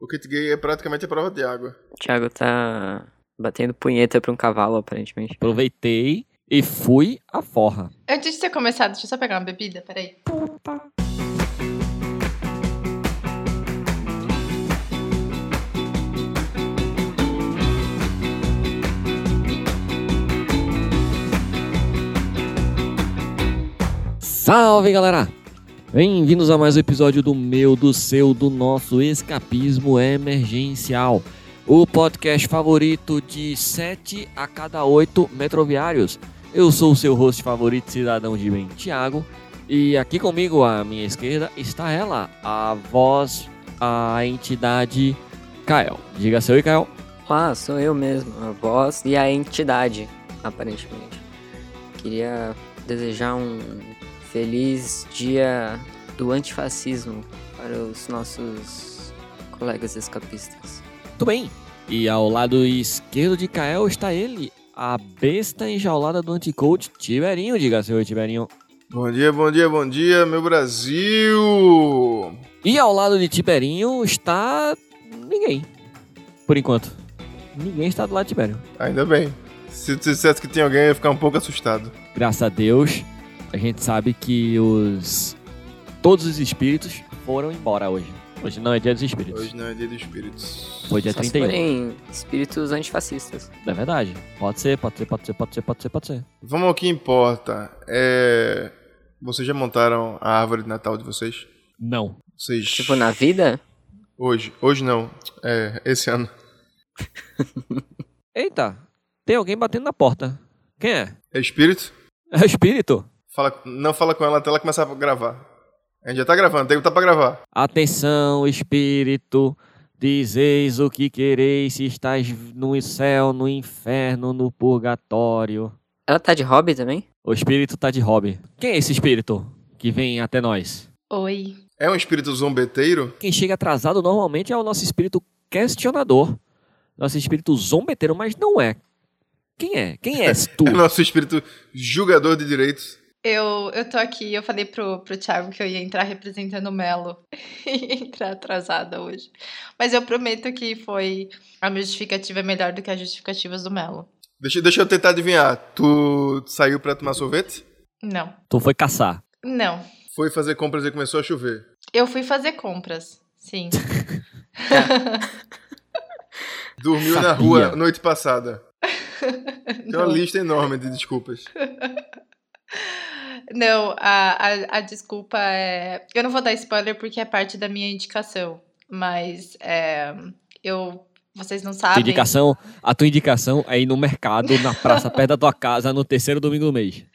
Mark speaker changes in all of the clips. Speaker 1: O kit gay é praticamente a prova de água.
Speaker 2: O Thiago tá batendo punheta pra um cavalo, aparentemente.
Speaker 3: Aproveitei e fui à forra.
Speaker 4: Antes de ter começado, deixa eu só pegar uma bebida, peraí.
Speaker 3: Salve, galera! Bem-vindos a mais um episódio do meu, do seu, do nosso Escapismo Emergencial. O podcast favorito de 7 a cada 8 metroviários. Eu sou o seu host favorito, cidadão de bem, Thiago. E aqui comigo, à minha esquerda, está ela, a voz, a entidade Kael. Diga seu oi, Kael.
Speaker 2: Ah, sou eu mesmo, a voz e a entidade, aparentemente. Queria desejar um feliz dia do antifascismo para os nossos colegas escapistas.
Speaker 3: Muito bem. E ao lado esquerdo de Kael está ele, a besta enjaulada do anticoach Tiberinho. Diga seu oi, Tiberinho.
Speaker 1: Bom dia, bom dia, bom dia, meu Brasil!
Speaker 3: E ao lado de Tiberinho está ninguém. Por enquanto. Ninguém está do lado de Tibério.
Speaker 1: Ainda bem. Se tu dissesse que tinha alguém, eu ia ficar um pouco assustado.
Speaker 3: Graças a Deus, a gente sabe que os todos os espíritos foram embora hoje. Hoje não é dia dos espíritos.
Speaker 1: Hoje não é dia dos espíritos.
Speaker 3: Foi dia
Speaker 2: Só se
Speaker 3: 31.
Speaker 2: forem espíritos antifascistas.
Speaker 3: É verdade. Pode ser, pode ser, pode ser, pode ser, pode ser, pode ser.
Speaker 1: Vamos ao que importa. É... Vocês já montaram a árvore de Natal de vocês?
Speaker 3: Não.
Speaker 1: Vocês...
Speaker 2: Tipo, na vida?
Speaker 1: Hoje. Hoje não. É, esse ano.
Speaker 3: Eita, tem alguém batendo na porta. Quem é?
Speaker 1: É espírito?
Speaker 3: É o espírito?
Speaker 1: Fala... Não fala com ela até ela começar a gravar. A gente já tá gravando, tem que tá pra gravar.
Speaker 3: Atenção, espírito, dizeis o que quereis, se estáis no céu, no inferno, no purgatório.
Speaker 2: Ela tá de hobby também?
Speaker 3: O espírito tá de hobby. Quem é esse espírito que vem até nós?
Speaker 4: Oi.
Speaker 1: É um espírito zombeteiro?
Speaker 3: Quem chega atrasado normalmente é o nosso espírito questionador, nosso espírito zombeteiro, mas não é. Quem é? Quem és tu?
Speaker 1: É
Speaker 2: Uh.
Speaker 1: nosso espírito julgador de direitos.
Speaker 4: Eu, eu tô aqui, eu falei pro, pro Thiago que eu ia entrar representando o Melo e entrar atrasada hoje. Mas eu prometo que foi. A minha justificativa é melhor do que as justificativas do Melo.
Speaker 1: Deixa, deixa eu tentar adivinhar. Tu saiu pra tomar sorvete?
Speaker 4: Não.
Speaker 3: tu foi caçar.
Speaker 4: Não.
Speaker 1: Foi fazer compras e começou a chover.
Speaker 4: Eu fui fazer compras. Sim.
Speaker 1: Dormiu na
Speaker 3: Sabia.
Speaker 1: rua noite passada. Tem uma
Speaker 4: Não.
Speaker 1: lista enorme de desculpas.
Speaker 4: Não, a, a, a desculpa é. Eu não vou dar spoiler porque é parte da minha indicação. Mas é, eu. Vocês não
Speaker 3: Tua
Speaker 4: sabem.
Speaker 3: indicação, a tua indicação é ir no mercado, na praça, perto da tua casa, no terceiro domingo do mês.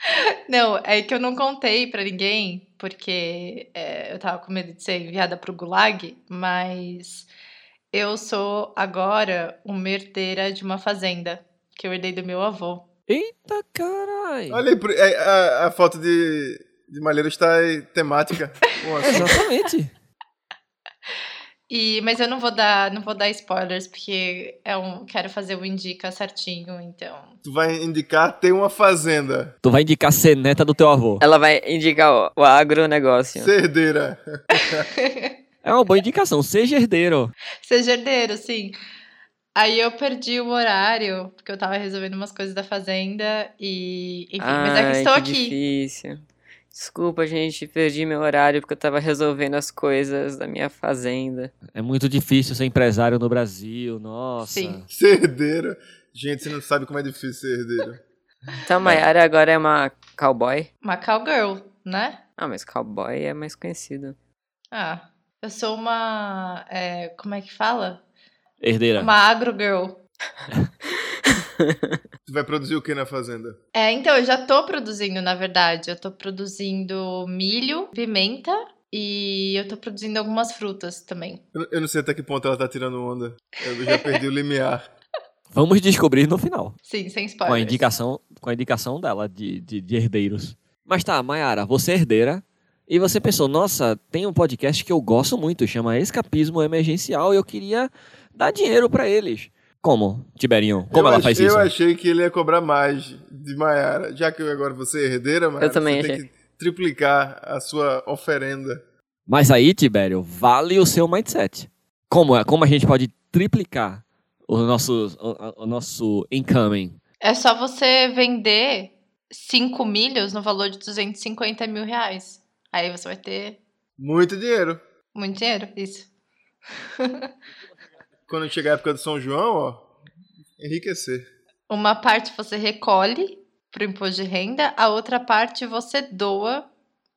Speaker 4: Não, é que eu não contei pra ninguém, porque é, eu tava com medo de ser enviada pro Gulag, mas eu sou agora uma herdeira de uma fazenda que eu herdei do meu avô.
Speaker 3: Eita caralho!
Speaker 1: Olha aí, pro- é, a, a foto de, de Malheiro está aí, temática. Um assunto.
Speaker 3: Exatamente.
Speaker 4: E, mas eu não vou dar, não vou dar spoilers, porque é um, quero fazer o indica certinho, então.
Speaker 1: tu vai indicar ter uma fazenda.
Speaker 3: tu vai indicar ser neta do teu avô.
Speaker 2: Ela vai indicar ó, o agronegócio.
Speaker 1: Ser herdeira.
Speaker 3: É uma boa indicação, seja herdeiro.
Speaker 4: Seja herdeiro, sim. Aí eu perdi o horário, porque eu tava resolvendo umas coisas da fazenda e. Enfim, mas é que
Speaker 2: Ai,
Speaker 4: estou
Speaker 2: Ah, que
Speaker 4: aqui.
Speaker 2: difícil. Desculpa, gente, perdi meu horário porque eu tava resolvendo as coisas da minha fazenda.
Speaker 3: É muito difícil ser empresário no Brasil, nossa.
Speaker 4: Sim.
Speaker 1: Ser herdeira. Gente, você não sabe como é difícil ser herdeiro.
Speaker 2: Então, a Mayara agora é uma cowboy.
Speaker 4: Uma cowgirl, né?
Speaker 2: Ah, mas cowboy é mais conhecido.
Speaker 4: Ah, eu sou uma. é, como é que fala?
Speaker 3: Herdeira.
Speaker 4: Uma agrogirl.
Speaker 1: Tu vai produzir o que na fazenda?
Speaker 4: É, então, eu já tô produzindo, na verdade. Eu tô produzindo milho, pimenta e eu tô produzindo algumas frutas também.
Speaker 1: Eu, eu não sei até que ponto ela tá tirando onda. Eu já perdi o limiar.
Speaker 3: Vamos descobrir no final.
Speaker 4: Sim, sem
Speaker 3: Com a
Speaker 4: spoilers.
Speaker 3: indicação, com a indicação dela de, de, de herdeiros. Mas tá, Mayara, você é herdeira. E você pensou, nossa, tem um podcast que eu gosto muito, chama Escapismo Emergencial, e eu queria dar dinheiro pra eles. Como, Tiberinho? Como
Speaker 1: eu
Speaker 3: ela
Speaker 1: ach-
Speaker 3: faz
Speaker 1: eu
Speaker 3: isso?
Speaker 1: achei que ele ia cobrar mais de Maiara. Já que agora você é herdeira, Maiara,
Speaker 2: Eu também
Speaker 1: você
Speaker 2: achei.
Speaker 1: tem que triplicar a sua oferenda.
Speaker 3: Mas aí, Tibério, vale o seu mindset. Como, é- como a gente pode triplicar o nosso, o, o nosso incoming?
Speaker 4: É só você vender 5 milhas no valor de 250 mil reais. Aí você vai ter
Speaker 1: Muito dinheiro.
Speaker 4: muito dinheiro. Isso.
Speaker 1: Quando chegar a época do São João, ó, enriquecer.
Speaker 4: Uma parte você recolhe pro imposto de renda, a outra parte você doa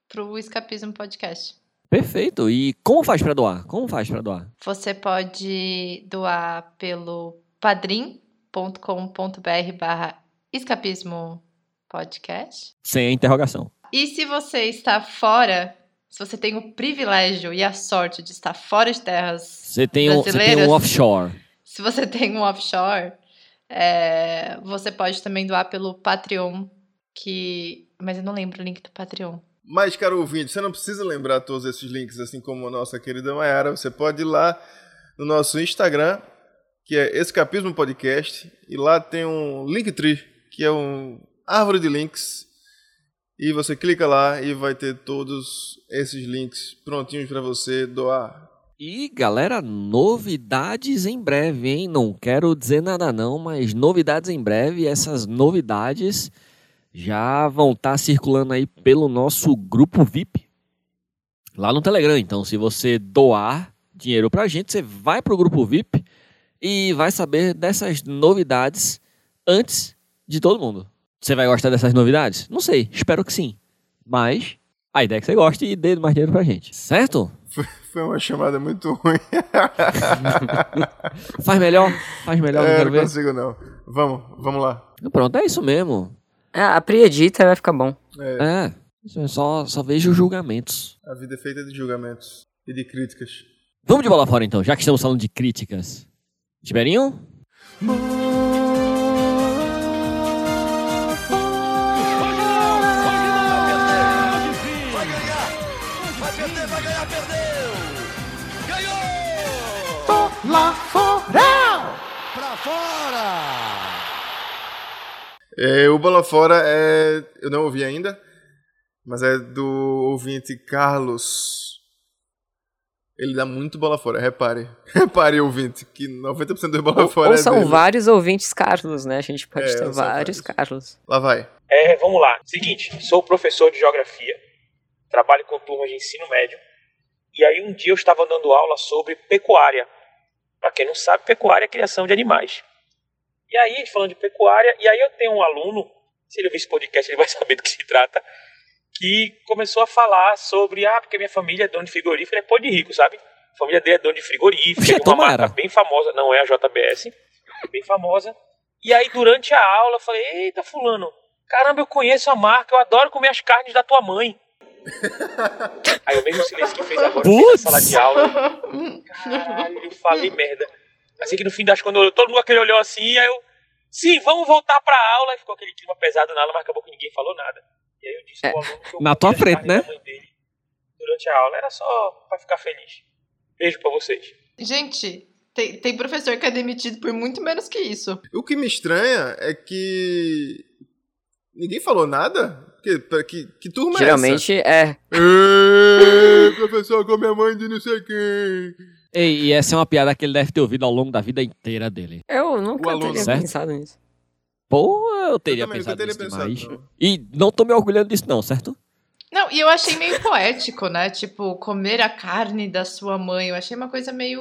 Speaker 4: pro Escapismo Podcast.
Speaker 3: Perfeito. E como faz pra doar? Como faz pra doar?
Speaker 4: Você pode doar pelo padrim.com.br barra escapismo podcast.
Speaker 3: Sem interrogação.
Speaker 4: E se você está fora, se você tem o privilégio e a sorte de estar fora de terras
Speaker 3: Você tem, um, você tem
Speaker 4: Brasileiras.
Speaker 3: um offshore.
Speaker 4: Se você tem um offshore, é, você pode também doar pelo Patreon, que. Mas eu não lembro o link do Patreon.
Speaker 1: Mas, caro ouvinte, você não precisa lembrar todos esses links, assim como a nossa querida Mayara. Você pode ir lá no nosso Instagram, que é Escapismo Podcast, e lá tem um Linktree, que é um árvore de links. E você clica lá e vai ter todos esses links prontinhos para você doar.
Speaker 3: E galera, novidades em breve, hein? Não quero dizer nada não, mas novidades em breve. Essas novidades já vão estar circulando aí pelo nosso grupo VIP lá no Telegram. Então, se você doar dinheiro pra gente, você vai pro grupo VIP e vai saber dessas novidades antes de todo mundo. Você vai gostar dessas novidades? Não sei, espero que sim. Mas a ideia é que você goste e dê mais dinheiro pra gente, certo?
Speaker 1: Foi uma chamada muito ruim.
Speaker 3: Faz melhor, faz melhor, não
Speaker 1: É,
Speaker 3: quero
Speaker 1: não
Speaker 3: ver.
Speaker 1: consigo não. Vamos, vamos lá.
Speaker 3: Pronto, é isso mesmo.
Speaker 2: É, apriedita vai ficar bom.
Speaker 1: É,
Speaker 3: É, isso eu só, só vejo julgamentos.
Speaker 1: a vida é feita de julgamentos e de críticas.
Speaker 3: Vamos de bola fora então, já que estamos falando de críticas. Tiberinho?
Speaker 1: É, o Bola Fora é. Eu não ouvi ainda, mas é do ouvinte Carlos. Ele dá muito bola fora, repare. Repare, ouvinte, que 90% do bola fora
Speaker 2: Ou
Speaker 1: é
Speaker 2: são
Speaker 1: dele.
Speaker 2: vários ouvintes Carlos, né? A gente pode
Speaker 1: É,
Speaker 2: ter
Speaker 1: são
Speaker 2: vários
Speaker 1: vários.
Speaker 2: Carlos.
Speaker 1: Lá vai.
Speaker 5: É, vamos lá. Seguinte, sou professor de geografia, trabalho com turmas de ensino médio, e aí um dia eu estava dando aula sobre pecuária. Para quem não sabe, pecuária é criação de animais. E aí, a gente falando de pecuária, e aí eu tenho um aluno, se ele ouvir esse podcast, ele vai saber do que se trata, que começou a falar sobre, ah, porque minha família é dona de frigorífico, ele é pão de rico, sabe? A família dele é dona de frigorífico,
Speaker 3: Puxa,
Speaker 5: é de uma
Speaker 3: tomara.
Speaker 5: marca bem famosa, não é a JBS, bem famosa. E aí, durante a aula, eu falei, eita, fulano, Caramba, eu conheço a marca, eu adoro comer as carnes da tua mãe. Aí o mesmo silêncio que fez agora eu fiz
Speaker 3: Putz!
Speaker 5: na sala de aula. Caralho, eu falei merda. Assim que no fim das contas, eu- todo mundo aquele olhou assim, aí eu. Sim, vamos voltar pra aula. E ficou aquele clima pesado na aula, mas acabou que ninguém falou nada. E aí eu disse pro aluno que eu
Speaker 3: É, na
Speaker 5: comi
Speaker 3: tua
Speaker 5: as
Speaker 3: frente,
Speaker 5: carnes
Speaker 3: né?
Speaker 5: da mãe dele Durante a aula, era só pra ficar feliz. Beijo pra vocês.
Speaker 4: Gente, tem, tem professor que é demitido por muito menos que isso.
Speaker 1: O que me estranha é que. Ninguém falou nada? Que, pra- que, que turma
Speaker 2: Geralmente é.
Speaker 1: é essa? Ê, professor, como a mãe de não sei quem.
Speaker 3: Ei, e essa é uma piada que ele deve ter ouvido ao longo da vida inteira dele.
Speaker 2: Eu
Speaker 1: O
Speaker 2: nunca
Speaker 1: aluno.
Speaker 2: teria
Speaker 3: Certo.
Speaker 2: pensado nisso.
Speaker 3: Pô, eu teria
Speaker 1: eu também
Speaker 3: pensado
Speaker 1: nunca teria
Speaker 3: nisso
Speaker 1: pensado.
Speaker 3: demais.
Speaker 1: não.
Speaker 3: E não tô me orgulhando disso não, certo?
Speaker 4: Não, e eu achei meio poético, né? Tipo, comer a carne da sua mãe. Eu achei uma coisa meio.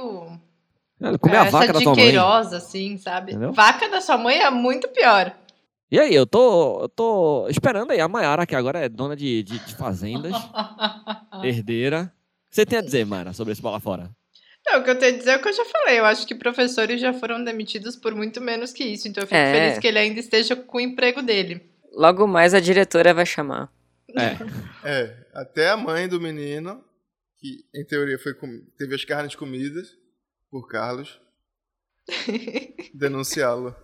Speaker 3: Cara, Comer
Speaker 4: é,
Speaker 3: a vaca da
Speaker 4: essa
Speaker 3: tua mãe.
Speaker 4: diqueirosa, assim, sabe?
Speaker 3: Entendeu?
Speaker 4: Vaca da sua mãe é muito pior.
Speaker 3: E aí, eu tô, eu tô esperando aí a Mayara, que agora é dona de, de, de fazendas, herdeira. O que você tem a dizer, Mayara, sobre esse bola fora?
Speaker 4: Não, o que eu tenho a dizer é o que eu já falei. Eu acho que professores já foram demitidos por muito menos que isso. Então eu fico
Speaker 2: É.
Speaker 4: feliz que ele ainda esteja com o emprego dele.
Speaker 2: Logo mais a diretora vai chamar.
Speaker 3: É.
Speaker 1: É, até a mãe do menino, que em teoria foi com- teve as carnes comidas por Carlos, denunciá-lo.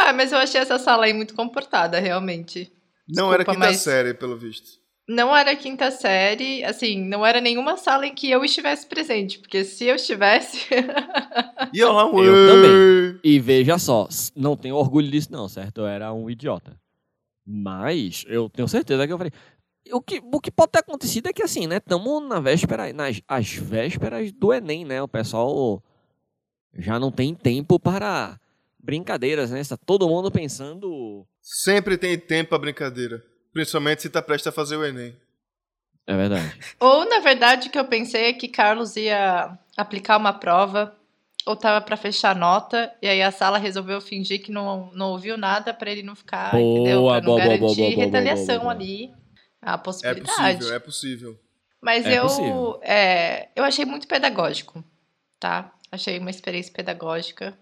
Speaker 4: ah, mas eu achei essa sala aí muito comportada, realmente.
Speaker 1: Não era
Speaker 4: Desculpa,
Speaker 1: quinta
Speaker 4: mas-
Speaker 1: série, pelo visto.
Speaker 4: Não era a quinta série, assim, não era nenhuma sala em que eu estivesse presente, porque se eu estivesse.
Speaker 1: E eu lá,
Speaker 3: Eu
Speaker 1: ué.
Speaker 3: também. E veja só, s- não tenho orgulho disso não, certo? Eu era um idiota. Mas eu tenho certeza que eu falei, o que, o que pode ter acontecido é que assim, né? Estamos na véspera, nas as vésperas do Enem, né? O pessoal já não tem tempo para brincadeiras, né? Está todo mundo pensando.
Speaker 1: Sempre tem tempo pra brincadeira. Principalmente se tá prestes a fazer o Enem.
Speaker 3: É verdade.
Speaker 4: Ou, na verdade, o que eu pensei é que Carlos ia aplicar uma prova, ou tava pra fechar nota, e aí a sala resolveu fingir que não, não ouviu nada pra ele não ficar,
Speaker 3: Boa,
Speaker 4: entendeu?
Speaker 3: boa,
Speaker 4: Pra não
Speaker 3: boa,
Speaker 4: garantir
Speaker 3: boa, boa, boa,
Speaker 4: retaliação
Speaker 3: boa, boa.
Speaker 4: ali. A
Speaker 1: É
Speaker 4: possibilidade.
Speaker 1: possível, é possível.
Speaker 4: Mas
Speaker 3: É
Speaker 4: eu,
Speaker 3: possível.
Speaker 4: é, eu achei muito pedagógico, tá? Achei uma experiência pedagógica.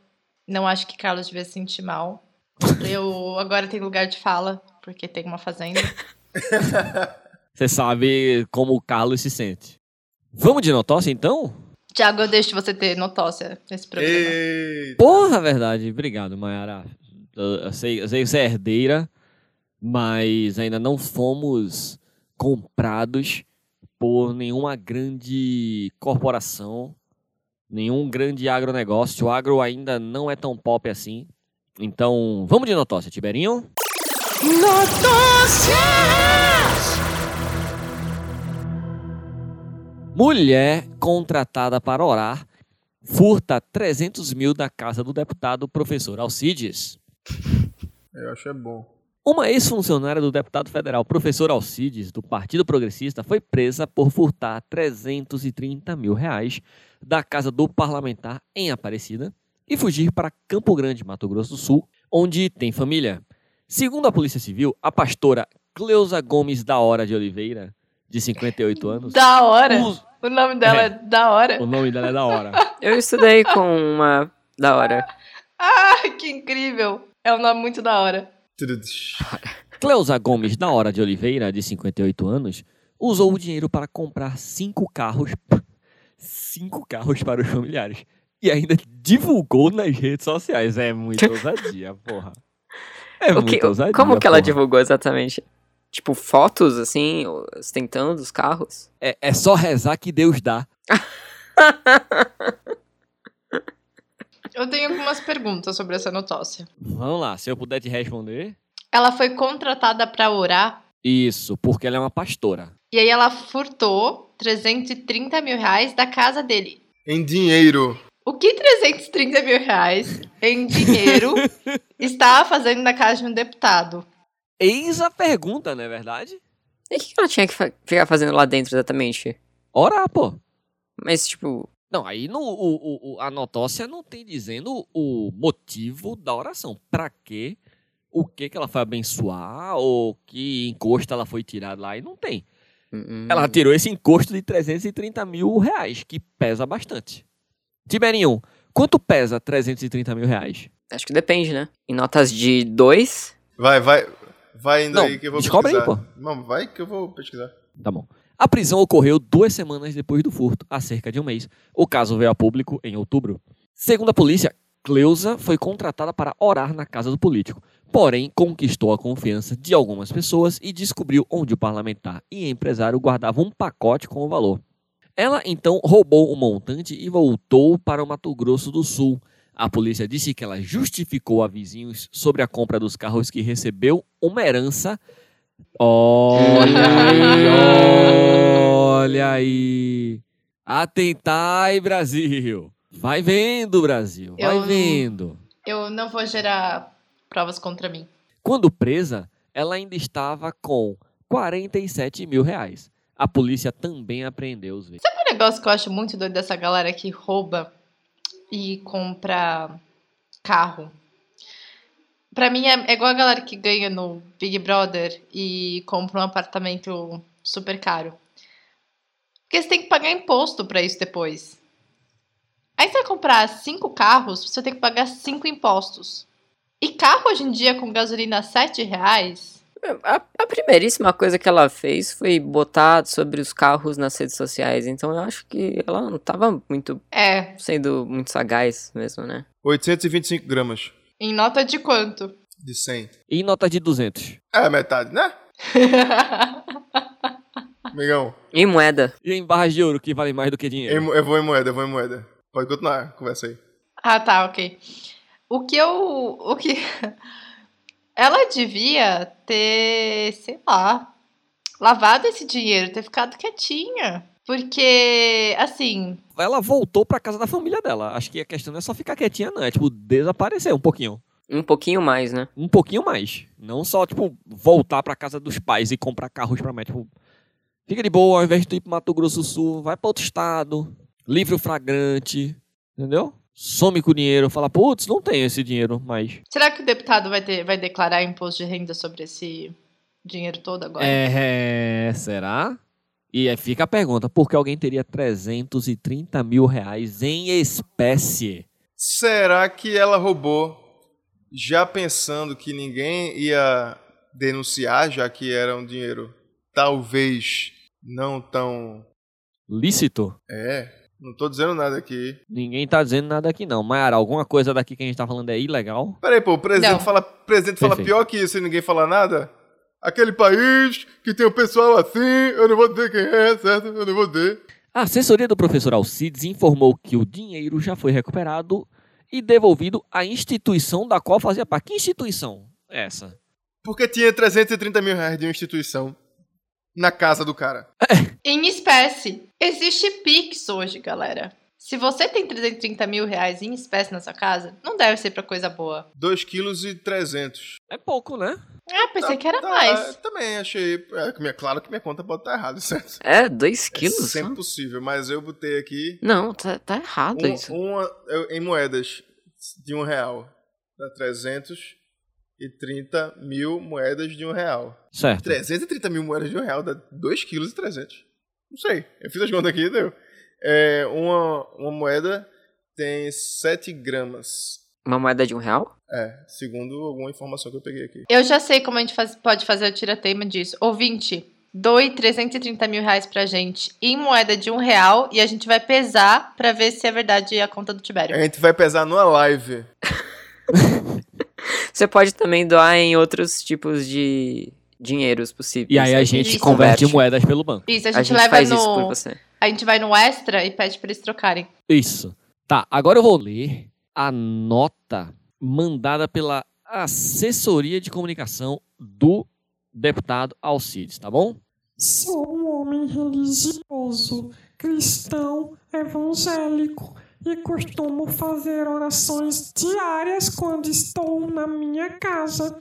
Speaker 4: Não acho que Carlos devia se sentir mal. Eu agora tenho lugar de fala, porque tem uma fazenda.
Speaker 3: Você sabe como o Carlos se sente. Vamos de notócia então?
Speaker 4: Tiago, eu deixo você ter notócia nesse programa.
Speaker 1: Eita.
Speaker 3: Porra, verdade. Obrigado, Mayara. Eu, eu sei, eu sei que você é herdeira, mas ainda não fomos comprados por nenhuma grande corporação, nenhum grande agronegócio. O agro ainda não é tão pop assim. Então, vamos de notócia, Tiberinho? Mulher contratada para orar furta 300 mil da casa do deputado professor Alcides.
Speaker 1: Eu acho é bom.
Speaker 3: Uma ex-funcionária do deputado federal, professor Alcides, do Partido Progressista, foi presa por furtar 330 mil reais da casa do parlamentar em Aparecida e fugir para Campo Grande, Mato Grosso do Sul, onde tem família. Segundo a Polícia Civil, a pastora Cleusa Gomes da Hora de Oliveira, de 58 anos.
Speaker 4: Da hora!
Speaker 3: Os-
Speaker 4: O nome dela é,
Speaker 3: É.
Speaker 4: da hora.
Speaker 3: O nome dela é da hora.
Speaker 2: Eu estudei com uma da hora.
Speaker 4: Ah, que incrível! É um nome muito da hora.
Speaker 1: Tududsh.
Speaker 3: Cleusa Gomes, da Hora de Oliveira, de 58 anos, usou o dinheiro para comprar cinco carros, cinco carros para os familiares. E ainda divulgou nas redes sociais. É muita ousadia, porra. É
Speaker 2: O que-
Speaker 3: muita ousadia.
Speaker 2: como que ela
Speaker 3: porra.
Speaker 2: divulgou exatamente? Tipo, fotos, assim, ostentando os carros?
Speaker 3: É, é só rezar que Deus dá.
Speaker 4: Eu tenho algumas perguntas sobre essa notócia.
Speaker 3: Vamos lá, se eu puder te responder.
Speaker 4: Ela foi contratada para orar,
Speaker 3: Isso, porque ela é uma pastora.
Speaker 4: e aí ela furtou 330 mil reais da casa dele.
Speaker 1: Em dinheiro.
Speaker 4: O que 330 mil reais em dinheiro está fazendo na casa de um deputado?
Speaker 3: Eis a pergunta, não é verdade?
Speaker 2: E o que que ela tinha que fa- ficar fazendo lá dentro exatamente?
Speaker 3: Orar, pô.
Speaker 2: Mas, tipo,
Speaker 3: Não, aí no, o, o- o- a notócia não tem dizendo o motivo da oração. Pra quê? O que que ela foi abençoar? Ou que encosto ela foi tirar lá? E não tem.
Speaker 2: hum,
Speaker 3: Ela tirou esse encosto de 330 mil reais, que pesa bastante. Tiberinho, quanto pesa 330 mil reais?
Speaker 2: acho que depende, né? Em notas de 2,
Speaker 1: Vai, vai. Vai indo
Speaker 3: Não,
Speaker 1: aí que eu vou
Speaker 3: descobre aí,
Speaker 1: pesquisar. Não, vai que eu vou pesquisar.
Speaker 3: Tá bom. A prisão ocorreu duas semanas depois do furto, há cerca de um mês. O caso veio a público em outubro. Segundo a polícia, Cleusa foi contratada para orar na casa do político. Porém, conquistou a confiança de algumas pessoas e descobriu onde o parlamentar e empresário guardavam um pacote com o valor. Ela então roubou o montante e voltou para o Mato Grosso do Sul. A polícia disse que ela justificou a vizinhos sobre a compra dos carros que recebeu uma herança. Olha aí, olha aí. Atentai, Brasil. Vai vendo, Brasil. Vai
Speaker 4: Eu-
Speaker 3: vendo.
Speaker 4: Eu não vou gerar provas contra mim.
Speaker 3: Quando presa, ela ainda estava com 47 mil reais. A polícia também apreendeu os veículos.
Speaker 4: Sabe um negócio que eu acho muito doido dessa galera que rouba e compra carro? Pra mim é, é igual a galera que ganha no Big Brother e compra um apartamento super caro. Porque você tem que pagar imposto pra isso depois. Aí você vai comprar cinco carros, você tem que pagar cinco impostos. E carro hoje em dia com gasolina a 7 reais?
Speaker 2: a, a primeiríssima coisa que ela fez foi botar sobre os carros nas redes sociais. Então eu acho que ela não tava muito
Speaker 4: É,
Speaker 2: sendo muito sagaz mesmo, né?
Speaker 1: 825 gramas
Speaker 4: em nota de quanto?
Speaker 1: de 100.
Speaker 3: E nota de 200.
Speaker 1: É metade, né? Amigão,
Speaker 2: E moeda.
Speaker 3: E em barras de ouro, que vale mais do que
Speaker 1: em
Speaker 3: dinheiro.
Speaker 1: mo- eu vou em moeda, eu vou em moeda. Pode continuar, a conversa aí.
Speaker 4: Ah, tá, ok. O que eu. O que. Ela devia ter, sei lá, lavado esse dinheiro, ter ficado quietinha. Porque, assim,
Speaker 3: Ela voltou pra casa da família dela. Acho que a questão não é só ficar quietinha, não. É tipo, desaparecer um pouquinho.
Speaker 2: Um pouquinho mais, né?
Speaker 3: Um pouquinho mais. Não só, tipo, voltar pra casa dos pais e comprar carros pra mãe. Tipo, fica de boa, ao invés de tu ir pro Mato Grosso do Sul, vai pra outro estado. Livre o flagrante. Entendeu? Some com o dinheiro. Fala, putz, não tenho esse dinheiro mais.
Speaker 4: será que o deputado vai, ter, vai declarar imposto de renda sobre esse dinheiro todo agora?
Speaker 3: É, é, será? E aí fica a pergunta, por que alguém teria 330 mil reais em espécie?
Speaker 1: Será que ela roubou já pensando que ninguém ia denunciar, já que era um dinheiro talvez não tão.
Speaker 3: Lícito?
Speaker 1: É, não tô dizendo nada aqui.
Speaker 3: Ninguém tá dizendo nada aqui não. Mayara, alguma coisa daqui que a gente tá falando é ilegal?
Speaker 1: Peraí, pô, o presidente
Speaker 4: Não.
Speaker 1: fala, o presidente fala
Speaker 3: Perfeito.
Speaker 1: pior que isso e ninguém fala nada? Aquele país que tem o pessoal assim, eu não vou dizer quem é, certo? Eu não vou dizer.
Speaker 3: A assessoria do professor Alcides informou que o dinheiro já foi recuperado e devolvido à instituição da qual fazia parte. Que instituição é essa?
Speaker 1: Porque tinha 330 mil reais de uma instituição na casa do cara.
Speaker 4: Em espécie. Existe Pix hoje, galera. Se você tem 330 mil reais em espécie na sua casa, não deve ser pra coisa boa.
Speaker 1: 2,3 kg.
Speaker 3: É pouco, né?
Speaker 4: Ah, pensei que era mais.
Speaker 1: Ah, Também achei. É, que minha- claro que minha conta pode estar errada, certo?
Speaker 2: É, 2
Speaker 1: É
Speaker 2: quilos?
Speaker 1: sempre possível, mas eu botei aqui
Speaker 2: Não, tá, tá errado
Speaker 1: um-
Speaker 2: isso.
Speaker 1: uma, eu- em moedas de um real. Dá 330 mil moedas de um real.
Speaker 3: Certo.
Speaker 1: 330 mil moedas de um real dá 2,3 kg. Não sei. Eu fiz as contas aqui e deu. É, uma, uma moeda tem 7 gramas.
Speaker 2: Uma moeda de um real?
Speaker 1: É, segundo alguma informação que eu peguei aqui.
Speaker 4: Eu já sei como a gente faz- pode fazer o tiratema disso. Ouvinte, doe 330 mil reais pra gente em moeda de um real e a gente vai pesar pra ver se é verdade a conta do Tibério.
Speaker 1: A
Speaker 2: É,
Speaker 1: gente vai pesar numa live.
Speaker 2: Você pode também doar em outros tipos de dinheiros possíveis. né?
Speaker 3: E aí a gente
Speaker 4: Isso.
Speaker 3: converte moedas pelo banco.
Speaker 4: Isso, a
Speaker 2: A
Speaker 4: gente,
Speaker 2: gente,
Speaker 4: leva
Speaker 2: faz isso por
Speaker 4: no.
Speaker 2: você.
Speaker 4: A gente vai no extra e pede pra eles trocarem.
Speaker 3: Isso. Tá, agora eu vou ler a nota mandada pela assessoria de comunicação do deputado Alcides, tá bom?
Speaker 6: Sou um homem religioso, cristão, evangélico e costumo fazer orações diárias quando estou na minha casa.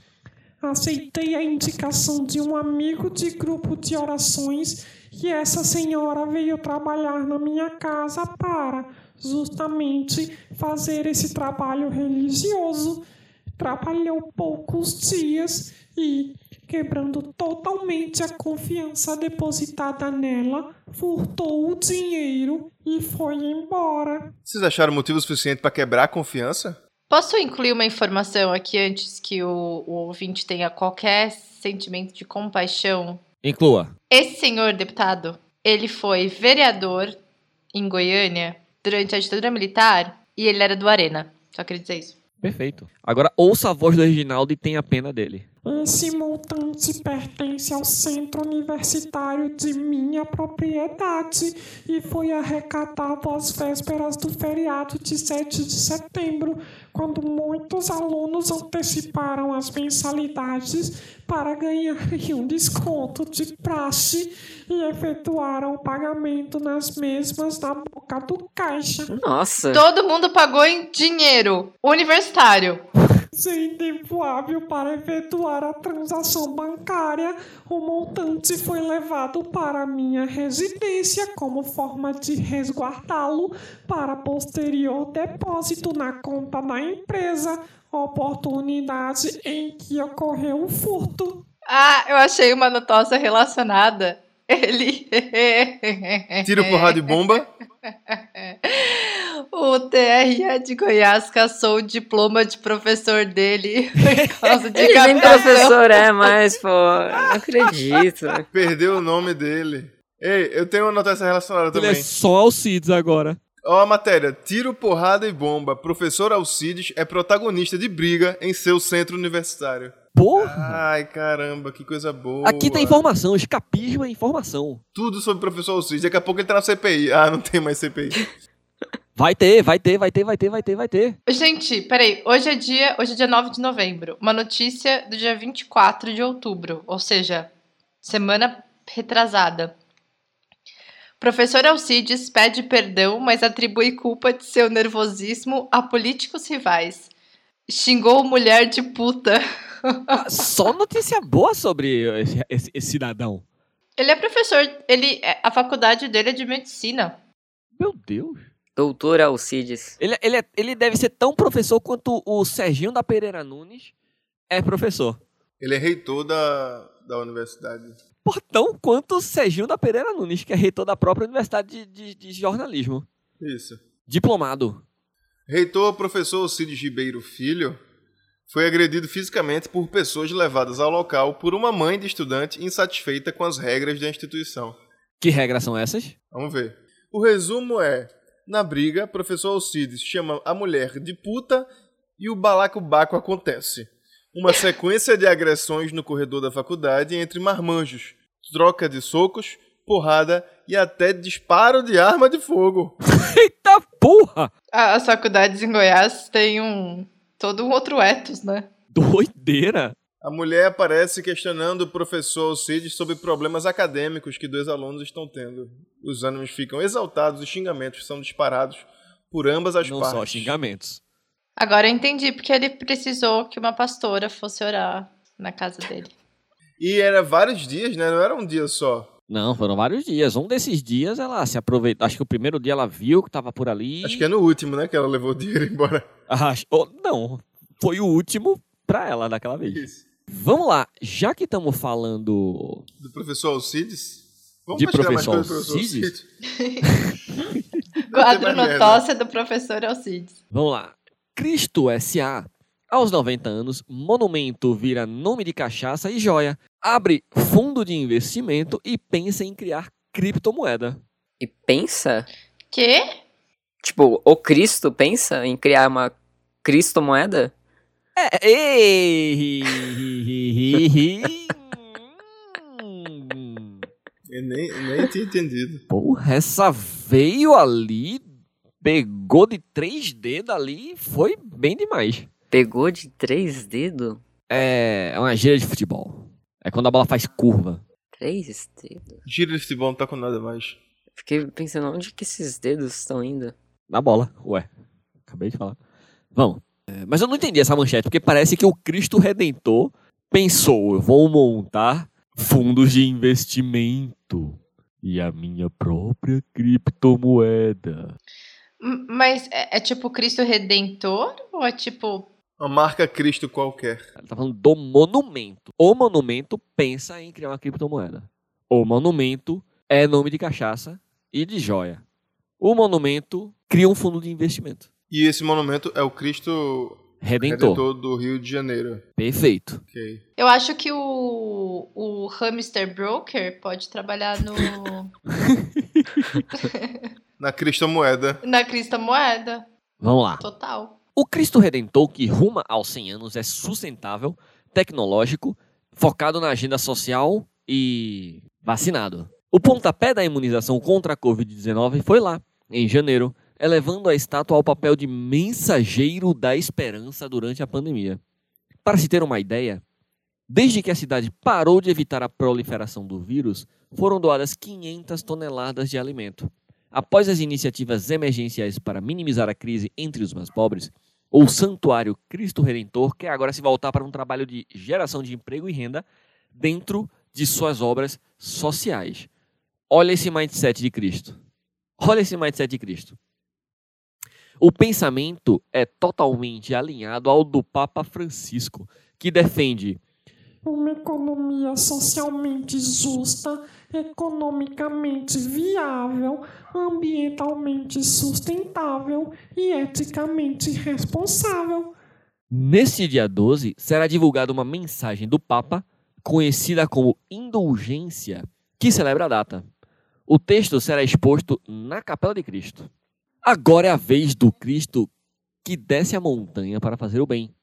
Speaker 6: Aceitei a indicação de um amigo de grupo de orações e essa senhora veio trabalhar na minha casa para justamente fazer esse trabalho religioso. Trabalhou poucos dias e quebrando totalmente a confiança depositada nela, furtou o dinheiro e foi embora.
Speaker 1: Vocês acharam motivo suficiente pra quebrar a confiança?
Speaker 4: Posso incluir uma informação aqui antes que o, o ouvinte tenha qualquer sentimento de compaixão?
Speaker 3: Inclua.
Speaker 4: Esse senhor deputado, ele foi vereador em Goiânia durante a ditadura militar e ele era do Arena. Só queria dizer isso.
Speaker 3: Perfeito. Agora ouça a voz do Reginaldo e tenha a pena dele.
Speaker 6: Esse montante Um pertence ao centro universitário de minha propriedade e foi arrecadado às vésperas do feriado de 7 de setembro, quando muitos alunos anteciparam as mensalidades para ganharem um desconto de praxe e efetuaram o pagamento nas mesmas na boca do caixa.
Speaker 2: Nossa.
Speaker 4: Todo mundo pagou em dinheiro universitário.
Speaker 6: Sem tempo hábil para efetuar a transação bancária, o montante foi levado para minha residência como forma de resguardá-lo para posterior depósito na conta da empresa, oportunidade em que ocorreu o furto.
Speaker 4: Ah, eu achei uma notócia relacionada. Ele.
Speaker 1: Tiro, porrada e bomba?
Speaker 4: O TRE de Goiás caçou o diploma de professor dele por causa de
Speaker 2: Ele nem
Speaker 4: captação.
Speaker 2: professor é mais, pô. Não acredito.
Speaker 1: Perdeu o nome dele. Ei, eu tenho uma notícia relacionada
Speaker 3: Ele é
Speaker 1: também.
Speaker 3: só Alcides agora.
Speaker 1: Ó a matéria. Tiro, porrada e bomba. Professor Alcides é protagonista de briga em seu centro universitário.
Speaker 3: Porra!
Speaker 1: Ai, caramba, que coisa Ah, boa.
Speaker 3: Aqui tem informação, escapismo é informação.
Speaker 1: Tudo sobre o professor Alcides. Daqui a pouco ele tá na CPI. Ah, não tem mais CPI.
Speaker 3: Vai ter, vai ter, vai ter, vai ter, vai ter, vai ter.
Speaker 4: Gente, peraí, hoje é dia, hoje é dia 9 de novembro, uma notícia do dia 24 de outubro, ou seja, semana retrasada. Professor Alcides pede perdão, mas atribui culpa de seu nervosismo a políticos rivais. Xingou mulher de puta.
Speaker 3: Só notícia boa sobre esse, esse- esse cidadão.
Speaker 4: Ele é professor, ele a faculdade dele é de medicina.
Speaker 3: Meu Deus.
Speaker 2: Doutor Alcides.
Speaker 3: Ele, ele, é- ele deve ser tão professor quanto o Serginho da Pereira Nunes é professor.
Speaker 1: Ele é reitor da, da universidade.
Speaker 3: Porra, tão quanto o Serginho da Pereira Nunes, que é reitor da própria Universidade de, de- de Jornalismo.
Speaker 1: Isso.
Speaker 3: Diplomado.
Speaker 1: Reitor professor Cid Ribeiro Filho foi agredido fisicamente por pessoas levadas ao local por uma mãe de estudante insatisfeita com as regras da instituição.
Speaker 3: Que regras são essas?
Speaker 1: Vamos ver. O resumo é: na briga, professor Alcides chama a mulher de puta e o balacobaco acontece. Uma sequência de agressões no corredor da faculdade entre marmanjos, troca de socos, porrada e até disparo de arma de fogo.
Speaker 3: Eita porra!
Speaker 4: A- As faculdades em Goiás têm um todo um outro ethos, né?
Speaker 3: Doideira!
Speaker 1: A mulher aparece questionando o professor Alcides sobre problemas acadêmicos que dois alunos estão tendo. Os ânimos ficam exaltados e xingamentos são disparados por ambas as
Speaker 3: Não
Speaker 1: partes.
Speaker 3: só xingamentos.
Speaker 4: Agora eu entendi porque ele precisou que uma pastora fosse orar na casa dele.
Speaker 1: E era vários dias, né? Não era um dia só.
Speaker 3: Não, foram vários dias. Um desses dias ela se aproveitou. Acho que o primeiro dia ela viu que tava por ali.
Speaker 1: Acho que é no último, né? Que ela levou o dinheiro embora.
Speaker 3: Ah, oh, não, foi o último pra ela daquela vez.
Speaker 1: Isso.
Speaker 3: Vamos lá, já que estamos falando
Speaker 1: Do professor Alcides. Vamos
Speaker 3: De
Speaker 1: pesquisar
Speaker 3: professor
Speaker 1: mais coisas do professor
Speaker 3: Alcides?
Speaker 4: Quadronotócia do professor Alcides.
Speaker 3: Vamos lá. Cristo S.A. Aos 90 anos, monumento vira nome de cachaça e joia. Abre fundo de investimento e pensa em criar criptomoeda.
Speaker 2: E pensa?
Speaker 4: Que?
Speaker 2: Tipo, o Cristo pensa em criar uma Cristo moeda?
Speaker 3: É, ei, hum.
Speaker 1: Eu nem, nem tinha entendido.
Speaker 3: Porra, essa veio ali, pegou de três dedos ali e foi bem demais.
Speaker 2: Pegou de três dedos?
Speaker 3: É, é uma gíria de futebol. É quando a bola faz curva.
Speaker 2: Três dedos?
Speaker 1: Gira esse bom, não tá com nada mais.
Speaker 2: Fiquei pensando, onde que esses dedos estão indo?
Speaker 3: Na bola. Ué, acabei de falar. Vamos. É, mas eu não entendi essa manchete, porque parece que o Cristo Redentor pensou: eu vou montar fundos de investimento e a minha própria criptomoeda.
Speaker 4: M- Mas é, é tipo Cristo Redentor ou é tipo
Speaker 1: Uma marca Cristo qualquer.
Speaker 3: Ela tá falando do monumento. O monumento pensa em criar uma criptomoeda. O monumento é nome de cachaça e de joia. O monumento cria um fundo de investimento.
Speaker 1: E esse monumento é o Cristo
Speaker 3: Redentor.
Speaker 1: Redentor do Rio de Janeiro.
Speaker 3: Perfeito.
Speaker 1: Ok.
Speaker 4: Eu acho que o, o hamster broker pode trabalhar no
Speaker 1: Na Cristo Moeda.
Speaker 4: na crista moeda
Speaker 3: Vamos lá.
Speaker 4: total.
Speaker 3: O Cristo Redentor que ruma aos 100 anos é sustentável, tecnológico, focado na agenda social e vacinado. O pontapé da imunização contra a Covid-19 foi lá, em janeiro, elevando a estátua ao papel de mensageiro da esperança durante a pandemia. Para se ter uma ideia, desde que a cidade parou de evitar a proliferação do vírus, foram doadas 500 toneladas de alimento. Após as iniciativas emergenciais para minimizar a crise entre os mais pobres, o Santuário Cristo Redentor quer agora se voltar para um trabalho de geração de emprego e renda dentro de suas obras sociais. Olha esse mindset de Cristo. Olha esse mindset de Cristo. O pensamento é totalmente alinhado ao do Papa Francisco, que defende
Speaker 6: Uma economia socialmente justa, economicamente viável, ambientalmente sustentável e eticamente responsável.
Speaker 3: Neste dia 12, será divulgada uma mensagem do Papa, conhecida como Indulgência, que celebra a data. O texto será exposto na Capela de Cristo. Agora é a vez do Cristo que desce a montanha para fazer o bem.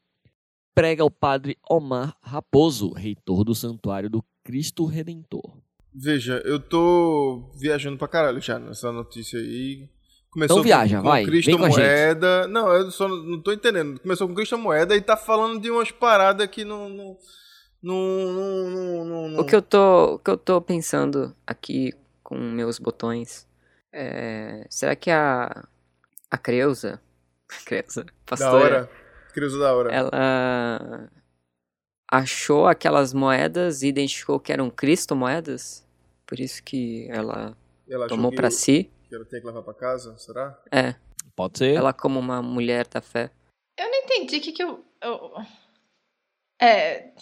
Speaker 3: Prega o padre Omar Raposo, reitor do Santuário do Cristo Redentor.
Speaker 1: Veja, eu tô viajando pra caralho já nessa notícia aí. Começou
Speaker 3: Então viaja,
Speaker 1: com, com
Speaker 3: vai,
Speaker 1: Cristo
Speaker 3: vem com a gente.
Speaker 1: Moeda. Não, eu só não- não tô entendendo. Começou com Cristo Moeda e tá falando de umas paradas que não, não, Num, num, num, num, num-
Speaker 2: O que eu tô, o que eu tô pensando aqui com meus botões é, será que a a Creuza, Creuza,
Speaker 1: Da
Speaker 3: é
Speaker 2: pastora,
Speaker 1: hora. Creuza da hora.
Speaker 2: ela achou aquelas moedas e identificou que eram Cristo moedas? Por isso que ela
Speaker 1: Ela achou
Speaker 2: tomou
Speaker 1: que-
Speaker 2: pra si?
Speaker 1: que ela tem que levar pra casa, será?
Speaker 2: É,
Speaker 3: Pode ser.
Speaker 2: ela como uma mulher da fé.
Speaker 4: Eu não entendi o que que eu... eu- É,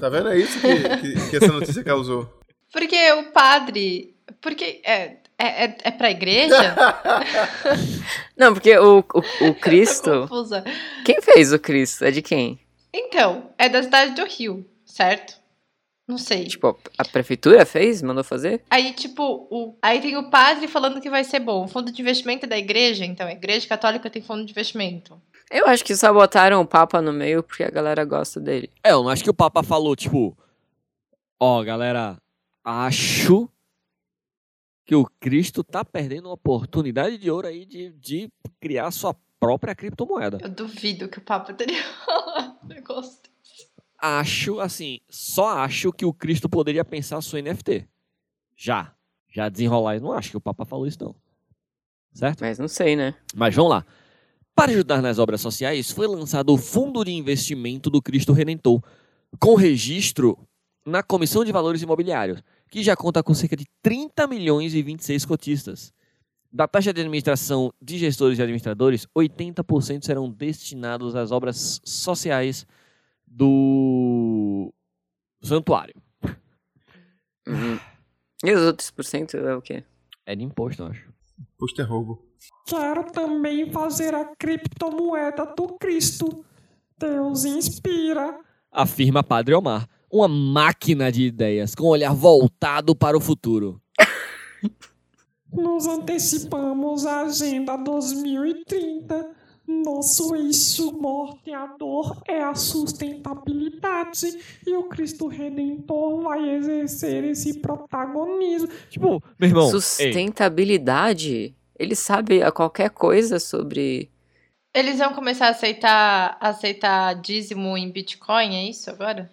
Speaker 1: Tá vendo? É isso que, que, que essa notícia causou.
Speaker 4: porque o padre... Porque é, é, é, é pra igreja?
Speaker 2: Não, porque o, o, o
Speaker 4: Tô
Speaker 2: Cristo.
Speaker 4: confusa.
Speaker 2: Quem fez o Cristo? É de quem?
Speaker 4: Então, é da cidade do Rio, certo? Não sei.
Speaker 2: Tipo, a prefeitura fez? Mandou fazer?
Speaker 4: Aí, tipo, o... aí tem o padre falando que vai ser bom. O fundo de investimento é da igreja, então. A igreja católica tem fundo de investimento.
Speaker 2: Eu acho que só botaram o Papa no meio porque a galera gosta dele.
Speaker 3: É, eu não acho que o Papa falou, tipo, ó, galera, acho que o Cristo tá perdendo uma oportunidade de ouro aí de, de criar sua própria criptomoeda.
Speaker 4: Eu duvido que o Papa teria falado um negócio.
Speaker 3: Acho, assim, só acho que o Cristo poderia pensar sua NFT. Já. Já desenrolar, eu não acho que o Papa falou isso, não. Certo?
Speaker 2: Mas não sei, né?
Speaker 3: Mas vamos lá. Para ajudar nas obras sociais, foi lançado o Fundo de Investimento do Cristo Redentor, com registro na Comissão de Valores Imobiliários, que já conta com cerca de 30 milhões e 26 cotistas. Da taxa de administração de gestores e administradores, 80% serão destinados às obras sociais do santuário.
Speaker 2: Uhum. E os outros por cento é o quê?
Speaker 3: É de imposto, eu acho.
Speaker 1: Posto é roubo.
Speaker 6: Quero também fazer a criptomoeda do Cristo. Deus inspira.
Speaker 3: Afirma Padre Omar, uma máquina de ideias com um olhar voltado para o futuro.
Speaker 6: Nos antecipamos à Agenda 2030. Nosso eixo norteador é a sustentabilidade e o Cristo Redentor vai exercer esse protagonismo.
Speaker 3: Tipo, meu irmão. ei,
Speaker 2: Sustentabilidade? Ele sabe a qualquer coisa sobre.
Speaker 4: Eles vão começar a aceitar, aceitar dízimo em Bitcoin, é isso agora?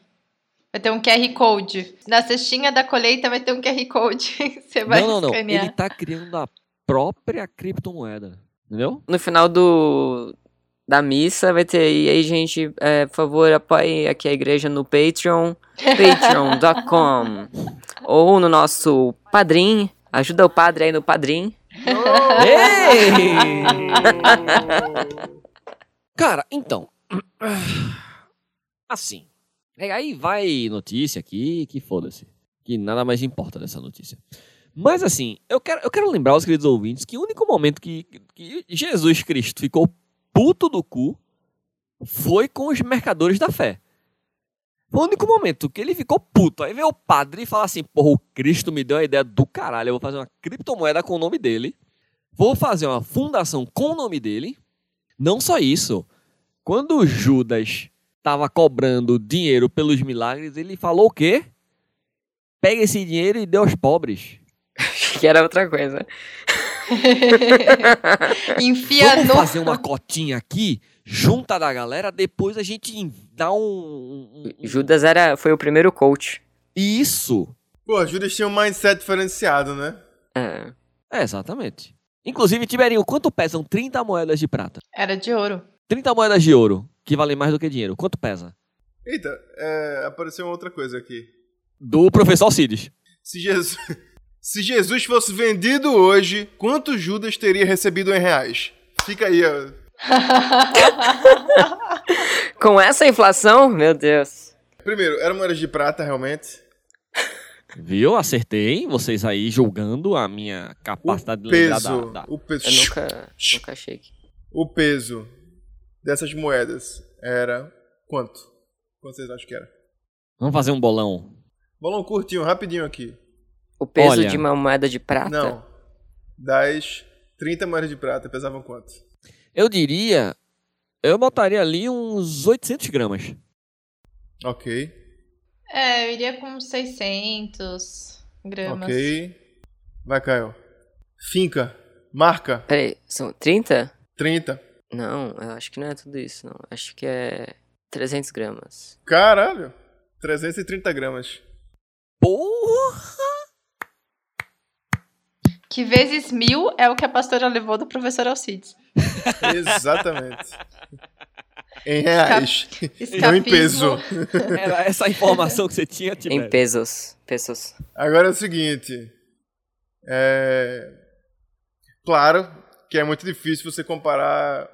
Speaker 4: Vai ter um QR Code. Na cestinha da colheita vai ter um QR Code. Você vai
Speaker 3: não, não, não.
Speaker 4: escanear.
Speaker 3: Ele tá criando a própria criptomoeda. Entendeu?
Speaker 2: No final do da missa vai ter. E aí, gente, é, por favor, apoie aqui a igreja no Patreon, patreon.com. ou no nosso Padrim. Ajuda o padre aí no Padrim.
Speaker 3: Cara, então. Assim. É, Aí vai notícia aqui, que foda-se. Que nada mais importa dessa notícia. Mas assim, eu quero, eu quero lembrar aos queridos ouvintes que o único momento que, que Jesus Cristo ficou puto do cu foi com os mercadores da fé. Foi o único momento que ele ficou puto. Aí veio o padre e fala assim: Porra, o Cristo me deu a ideia do caralho. Eu vou fazer uma criptomoeda com o nome dele. Vou fazer uma fundação com o nome dele. Não só isso. Quando Judas estava cobrando dinheiro pelos milagres, ele falou o quê? Pega esse dinheiro e dê aos pobres.
Speaker 2: que era outra coisa.
Speaker 4: Enfia
Speaker 3: Vamos
Speaker 4: no.
Speaker 3: fazer uma cotinha aqui, junta da galera, depois a gente dá um- um. um-
Speaker 2: Judas era, foi o primeiro coach.
Speaker 3: Isso!
Speaker 1: Pô, Judas tinha um mindset diferenciado, né?
Speaker 2: É.
Speaker 3: É, exatamente. Inclusive, Tiberinho, quanto pesam 30 moedas de prata?
Speaker 4: Era de ouro.
Speaker 3: 30 moedas de ouro, que valem mais do que dinheiro. Quanto pesa?
Speaker 1: Eita, é, apareceu uma outra coisa aqui.
Speaker 3: Do professor Alcides.
Speaker 1: Se Jesus, se Jesus fosse vendido hoje, quanto Judas teria recebido em reais? Fica aí, ó.
Speaker 2: Com essa inflação, meu Deus.
Speaker 1: Primeiro, era moedas de prata, realmente.
Speaker 3: Viu? Acertei. hein? Vocês aí julgando a minha capacidade de lembrar
Speaker 1: Peso.
Speaker 3: da- da-
Speaker 1: O peso.
Speaker 2: Eu nunca, nunca achei. que-
Speaker 1: O peso dessas moedas era quanto? Quanto vocês acham que era?
Speaker 3: Vamos fazer um bolão.
Speaker 1: Bolão curtinho, rapidinho aqui.
Speaker 2: O peso
Speaker 3: Olha.
Speaker 2: de uma moeda de prata.
Speaker 1: Não. Das 30 moedas de prata pesavam quanto?
Speaker 3: Eu diria... Eu botaria ali uns 800 gramas.
Speaker 1: Ok.
Speaker 4: É, eu iria com 600 gramas.
Speaker 1: Ok. Vai, Caio. Finca. Marca.
Speaker 2: Peraí, são 30?
Speaker 1: 30.
Speaker 2: Não, eu acho que não é tudo isso, não. Acho que é 300 gramas.
Speaker 1: Caralho! 330 gramas.
Speaker 3: Porra!
Speaker 4: Que vezes mil é o que a pastora levou do professor Alcides.
Speaker 1: Exatamente. Em reais. Não em peso.
Speaker 4: Escapismo.
Speaker 3: Era essa a informação que você tinha,
Speaker 2: Em
Speaker 3: Tibério?
Speaker 2: pesos. Pesos.
Speaker 1: Agora é o seguinte. É... Claro que é muito difícil você comparar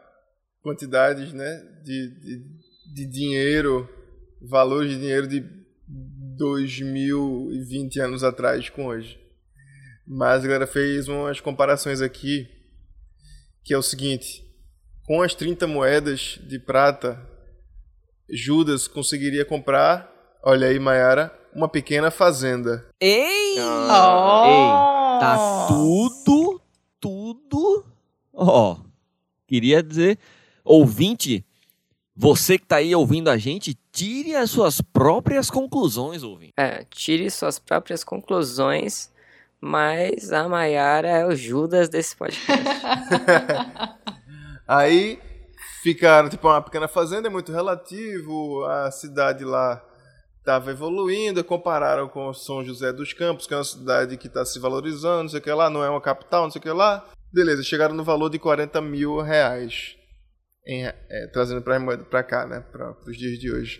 Speaker 1: quantidades né, de, de, de dinheiro, valores de dinheiro de 2020 anos atrás com hoje. Mas a galera fez umas comparações aqui, que é o seguinte. Com as 30 moedas de prata, Judas conseguiria comprar, olha aí, Mayara, uma pequena fazenda.
Speaker 3: Ei!
Speaker 4: Oh!
Speaker 3: Tá tudo, tudo. Ó, queria dizer, ouvinte, você que tá aí ouvindo a gente, tire as suas próprias conclusões, ouvinte.
Speaker 2: É, tire suas próprias conclusões, mas a Mayara é o Judas desse podcast.
Speaker 1: Aí ficaram, tipo, uma pequena fazenda, é muito relativo, a cidade lá estava evoluindo, compararam com São José dos Campos, que é uma cidade que está se valorizando, não sei o que lá, não é uma capital, não sei o que lá. Beleza, chegaram no valor de 40 mil reais, em- é, trazendo para cá, né, para os dias de hoje.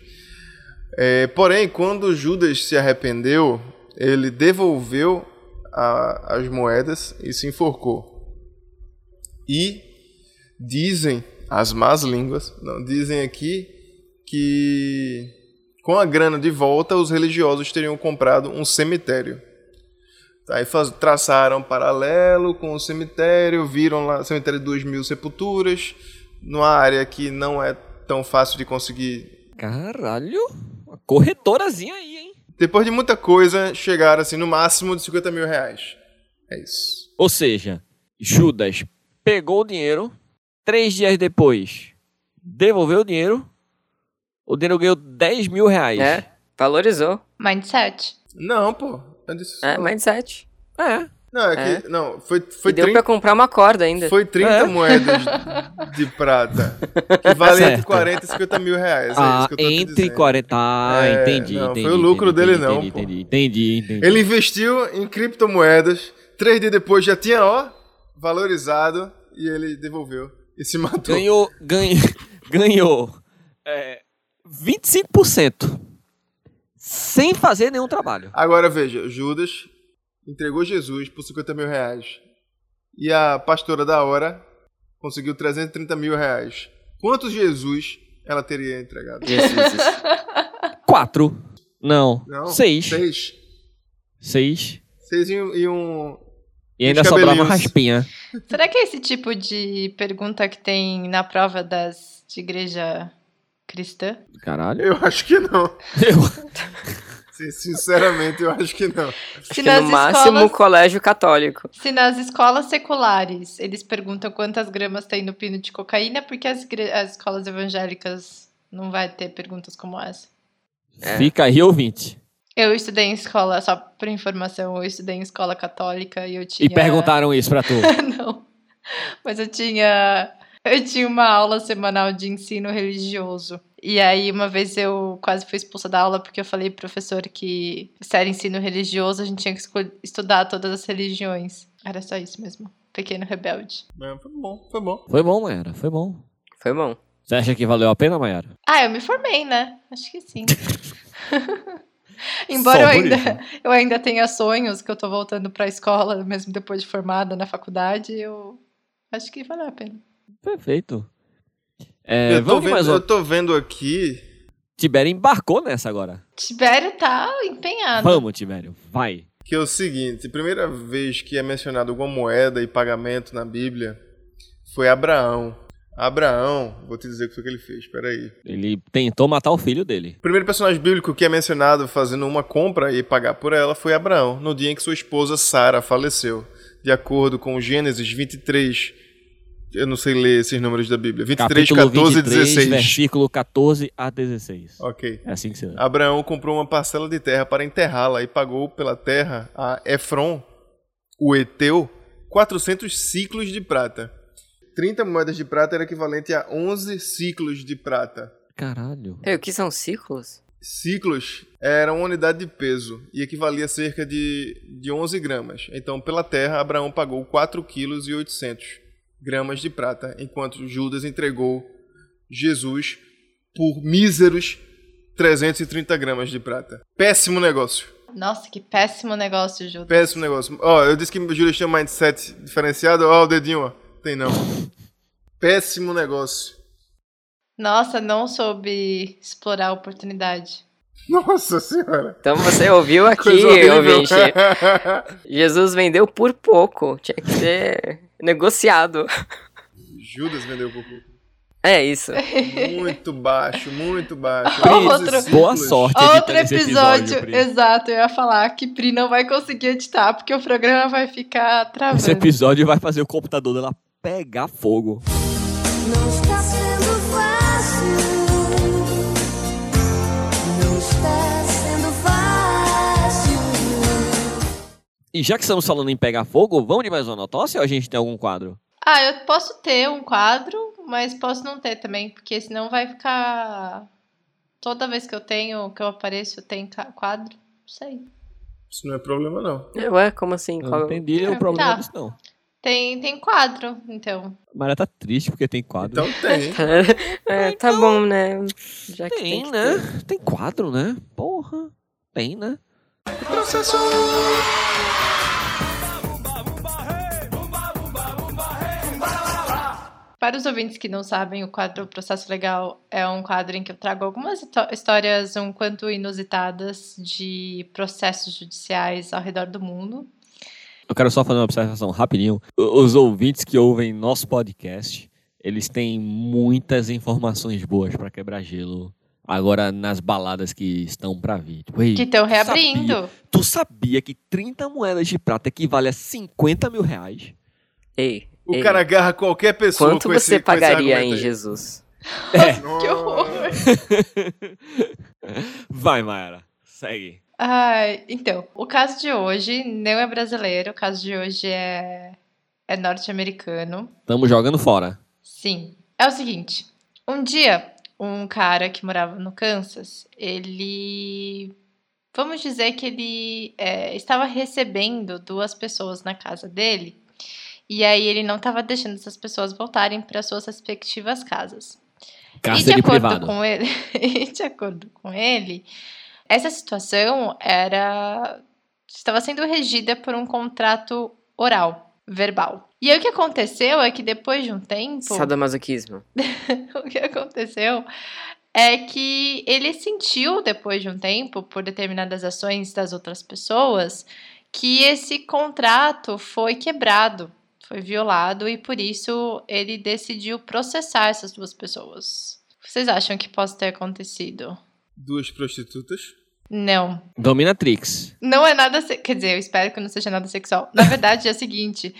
Speaker 1: É, porém, quando Judas se arrependeu, ele devolveu a- as moedas e se enforcou. E dizem as más línguas, não, dizem aqui que com a grana de volta os religiosos teriam comprado um cemitério. Aí faz- traçaram um paralelo com o cemitério, viram lá cemitério de 2 mil sepulturas, numa área que não é tão fácil de conseguir
Speaker 3: Caralho! Uma corretorazinha aí, hein?
Speaker 1: Depois de muita coisa, chegaram assim, no máximo de 50 mil reais. É isso.
Speaker 3: Ou seja, Judas pegou o dinheiro, três dias depois devolveu o dinheiro, o dinheiro ganhou 10 mil reais.
Speaker 2: é, valorizou.
Speaker 4: Mindset.
Speaker 1: Não, pô. Eu disse,
Speaker 2: É, mindset.
Speaker 3: É.
Speaker 1: Não, é que. Não, foi,
Speaker 2: Foi
Speaker 1: foi
Speaker 2: e deu
Speaker 1: 30,
Speaker 2: pra comprar uma corda ainda.
Speaker 1: foi 30
Speaker 3: É. Tá
Speaker 1: moedas de prata. Que vale entre
Speaker 3: certo.
Speaker 1: 40 e 50 mil reais. é
Speaker 3: Ah,
Speaker 1: isso que eu tô te
Speaker 3: entre
Speaker 1: dizendo.
Speaker 3: 40. Ah,
Speaker 1: É,
Speaker 3: entendi,
Speaker 1: não,
Speaker 3: entendi.
Speaker 1: foi o lucro
Speaker 3: entendi,
Speaker 1: dele
Speaker 3: entendi,
Speaker 1: não,
Speaker 3: Entendi,
Speaker 1: pô.
Speaker 3: entendi, entendi, entendi.
Speaker 1: Ele investiu em criptomoedas. Três dias depois já tinha, ó, valorizado. E ele devolveu. E se matou.
Speaker 3: ganhou, ganhou, ganhou é, 25% sem fazer nenhum trabalho.
Speaker 1: Agora veja, Judas entregou Jesus por 50 mil reais. E a pastora da hora conseguiu 330 mil reais. Quantos Jesus ela teria entregado?
Speaker 2: Jesus.
Speaker 3: Quatro. Não.
Speaker 1: Não,
Speaker 3: seis.
Speaker 1: Seis.
Speaker 3: Seis.
Speaker 1: Seis e um. E um...
Speaker 3: E ainda
Speaker 1: Os
Speaker 3: sobrava uma
Speaker 1: cabelinhos.
Speaker 3: raspinha.
Speaker 4: Será que é esse tipo de pergunta que tem na prova das de igreja cristã?
Speaker 3: Caralho.
Speaker 1: Eu acho que não.
Speaker 3: Eu-
Speaker 1: Sin- Sinceramente, eu acho que não.
Speaker 4: Se
Speaker 2: no
Speaker 4: nas,
Speaker 2: máximo,
Speaker 4: escolas,
Speaker 2: colégio católico.
Speaker 4: se nas escolas seculares eles perguntam quantas gramas tem no pino de cocaína, porque as, igre- as escolas evangélicas não vai ter perguntas como essa?
Speaker 1: É.
Speaker 3: Fica aí, ouvinte.
Speaker 4: Eu estudei em escola, só por informação, eu estudei em escola católica e eu
Speaker 3: E
Speaker 4: tinha.
Speaker 3: perguntaram isso pra tu.
Speaker 4: não. Mas eu tinha. Eu tinha uma aula semanal de ensino religioso. E aí, uma vez eu quase fui expulsa da aula porque eu falei pro professor que se era ensino religioso, a gente tinha que escol- estudar todas as religiões. Era só isso mesmo. Pequeno rebelde.
Speaker 1: Mas foi bom, foi bom.
Speaker 3: Foi bom, Mayara. Foi bom.
Speaker 2: Foi bom.
Speaker 3: Você acha que valeu a pena, Mayara?
Speaker 4: Ah, eu me formei, né? Acho que sim. Embora eu
Speaker 3: Só por
Speaker 4: ainda,
Speaker 3: isso.
Speaker 4: eu ainda tenha sonhos que eu tô voltando pra escola, mesmo depois de formada na faculdade, eu acho que valeu a pena.
Speaker 3: Perfeito. É,
Speaker 1: eu, tô
Speaker 3: vamos de mais
Speaker 1: vendo,
Speaker 3: um.
Speaker 1: eu tô vendo aqui.
Speaker 3: Tibério embarcou nessa agora.
Speaker 4: Tibério tá empenhado.
Speaker 3: Vamos, Tibério. Vai.
Speaker 1: Que é o seguinte: primeira vez que é mencionado alguma moeda e pagamento na Bíblia foi Abraão. Abraão, vou te dizer o que foi que ele fez, peraí.
Speaker 3: Ele tentou matar o filho dele.
Speaker 1: O primeiro personagem bíblico que é mencionado fazendo uma compra e pagar por ela foi Abraão, no dia em que sua esposa Sara faleceu. De acordo com Gênesis 23, eu não sei ler esses números da Bíblia, 23,
Speaker 3: Capítulo
Speaker 1: 14 e
Speaker 3: 23,
Speaker 1: 16.
Speaker 3: versículo 14 a 16.
Speaker 1: Ok.
Speaker 3: É assim que se lê.
Speaker 1: Abraão comprou uma parcela de terra para enterrá-la e pagou pela terra a Efron, o Eteu, 400 ciclos de prata. 30 moedas de prata era equivalente a 11 ciclos de prata.
Speaker 3: Caralho.
Speaker 2: Peraí, o que são ciclos?
Speaker 1: Ciclos era uma unidade de peso e equivalia a cerca de, de 11 gramas. Então, pela terra, Abraão pagou 4,8 kg gramas de prata, enquanto Judas entregou Jesus por míseros 330 gramas de prata. Péssimo negócio.
Speaker 4: Nossa, que péssimo negócio, Judas.
Speaker 1: Péssimo negócio. Ó, eu disse que o Judas tinha um mindset diferenciado. Ó, o dedinho, ó. Tem não. Péssimo negócio.
Speaker 4: Nossa, não soube explorar a oportunidade.
Speaker 1: Nossa senhora.
Speaker 2: Então você ouviu aqui,
Speaker 1: Coisa horrível.
Speaker 2: ouvinte. Jesus vendeu por pouco. Tinha que ser negociado.
Speaker 1: Judas vendeu por pouco.
Speaker 2: É isso.
Speaker 1: Muito baixo, muito baixo.
Speaker 4: Ó,
Speaker 1: Todos
Speaker 4: outro-
Speaker 1: os ciclos.
Speaker 3: Boa sorte. editando
Speaker 4: Outro
Speaker 3: esse
Speaker 4: episódio,
Speaker 3: Pri.
Speaker 4: exato, eu ia falar que Pri não vai conseguir editar, porque o programa vai ficar
Speaker 3: Esse
Speaker 4: travando.
Speaker 3: episódio vai fazer o computador dela pegar fogo.
Speaker 7: Não está sendo fácil. Não está sendo fácil.
Speaker 3: E já que estamos falando em pegar fogo, vamos de mais uma notócia ou a gente tem algum quadro?
Speaker 4: Ah, eu posso ter um quadro, mas posso não ter também, porque senão vai ficar. Toda vez que eu tenho, que eu apareço, tem ca- quadro. Não sei.
Speaker 1: Isso não é problema, não.
Speaker 2: Ué, como assim?
Speaker 3: Eu
Speaker 2: Qual-
Speaker 3: não É. entendi
Speaker 4: Tá.
Speaker 3: o problema disso, não.
Speaker 4: Tem, tem quadro, então.
Speaker 3: A Maria tá triste porque tem quadro.
Speaker 1: Então tem.
Speaker 2: É, tá bom, né? Já que tem,
Speaker 3: né?
Speaker 2: que ter.
Speaker 3: Tem quadro, né? Porra. Tem, né?
Speaker 4: Para os ouvintes que não sabem, o quadro Processo Legal é um quadro em que eu trago algumas hito- histórias um quanto inusitadas de processos judiciais ao redor do mundo.
Speaker 3: Eu quero só fazer uma observação rapidinho. O- Os ouvintes que ouvem nosso podcast, eles têm muitas informações boas pra quebrar gelo agora nas baladas que estão pra vir. Tipo, "Ei,
Speaker 4: Que estão
Speaker 3: tu sabia-
Speaker 4: reabrindo.
Speaker 3: Tu sabia que 30 moedas de prata equivale a 50 mil reais?
Speaker 2: Ei,
Speaker 1: O
Speaker 2: ei,
Speaker 1: cara agarra qualquer pessoa
Speaker 2: quanto
Speaker 1: com esse
Speaker 2: você
Speaker 1: com esse
Speaker 2: pagaria
Speaker 1: argumento
Speaker 2: em
Speaker 1: aí.
Speaker 2: Jesus?
Speaker 4: É. Que horror!
Speaker 3: Vai, Mayara. Segue.
Speaker 4: Ai, então, o caso de hoje não é brasileiro, o caso de hoje é, é norte-americano.
Speaker 3: Tamo jogando fora.
Speaker 4: Sim. É o seguinte, um dia, um cara que morava no Kansas, ele. Vamos dizer que ele é, estava recebendo duas pessoas na casa dele, e aí ele não estava deixando essas pessoas voltarem para suas respectivas casas. E de
Speaker 3: Cárcere
Speaker 4: acordo
Speaker 3: privado.
Speaker 4: com ele, e de acordo com ele, essa situação era estava sendo regida por um contrato oral, verbal. E aí o que aconteceu é que depois de um tempo,
Speaker 2: Sadomasoquismo.
Speaker 4: o que aconteceu é que ele sentiu depois de um tempo por determinadas ações das outras pessoas que esse contrato foi quebrado, foi violado e por isso ele decidiu processar essas duas pessoas. Vocês acham que possa ter acontecido?
Speaker 1: Duas prostitutas.
Speaker 4: Não,
Speaker 3: Dominatrix.
Speaker 4: não é nada. se- Quer dizer, eu espero que não seja nada sexual. Na verdade, é o seguinte: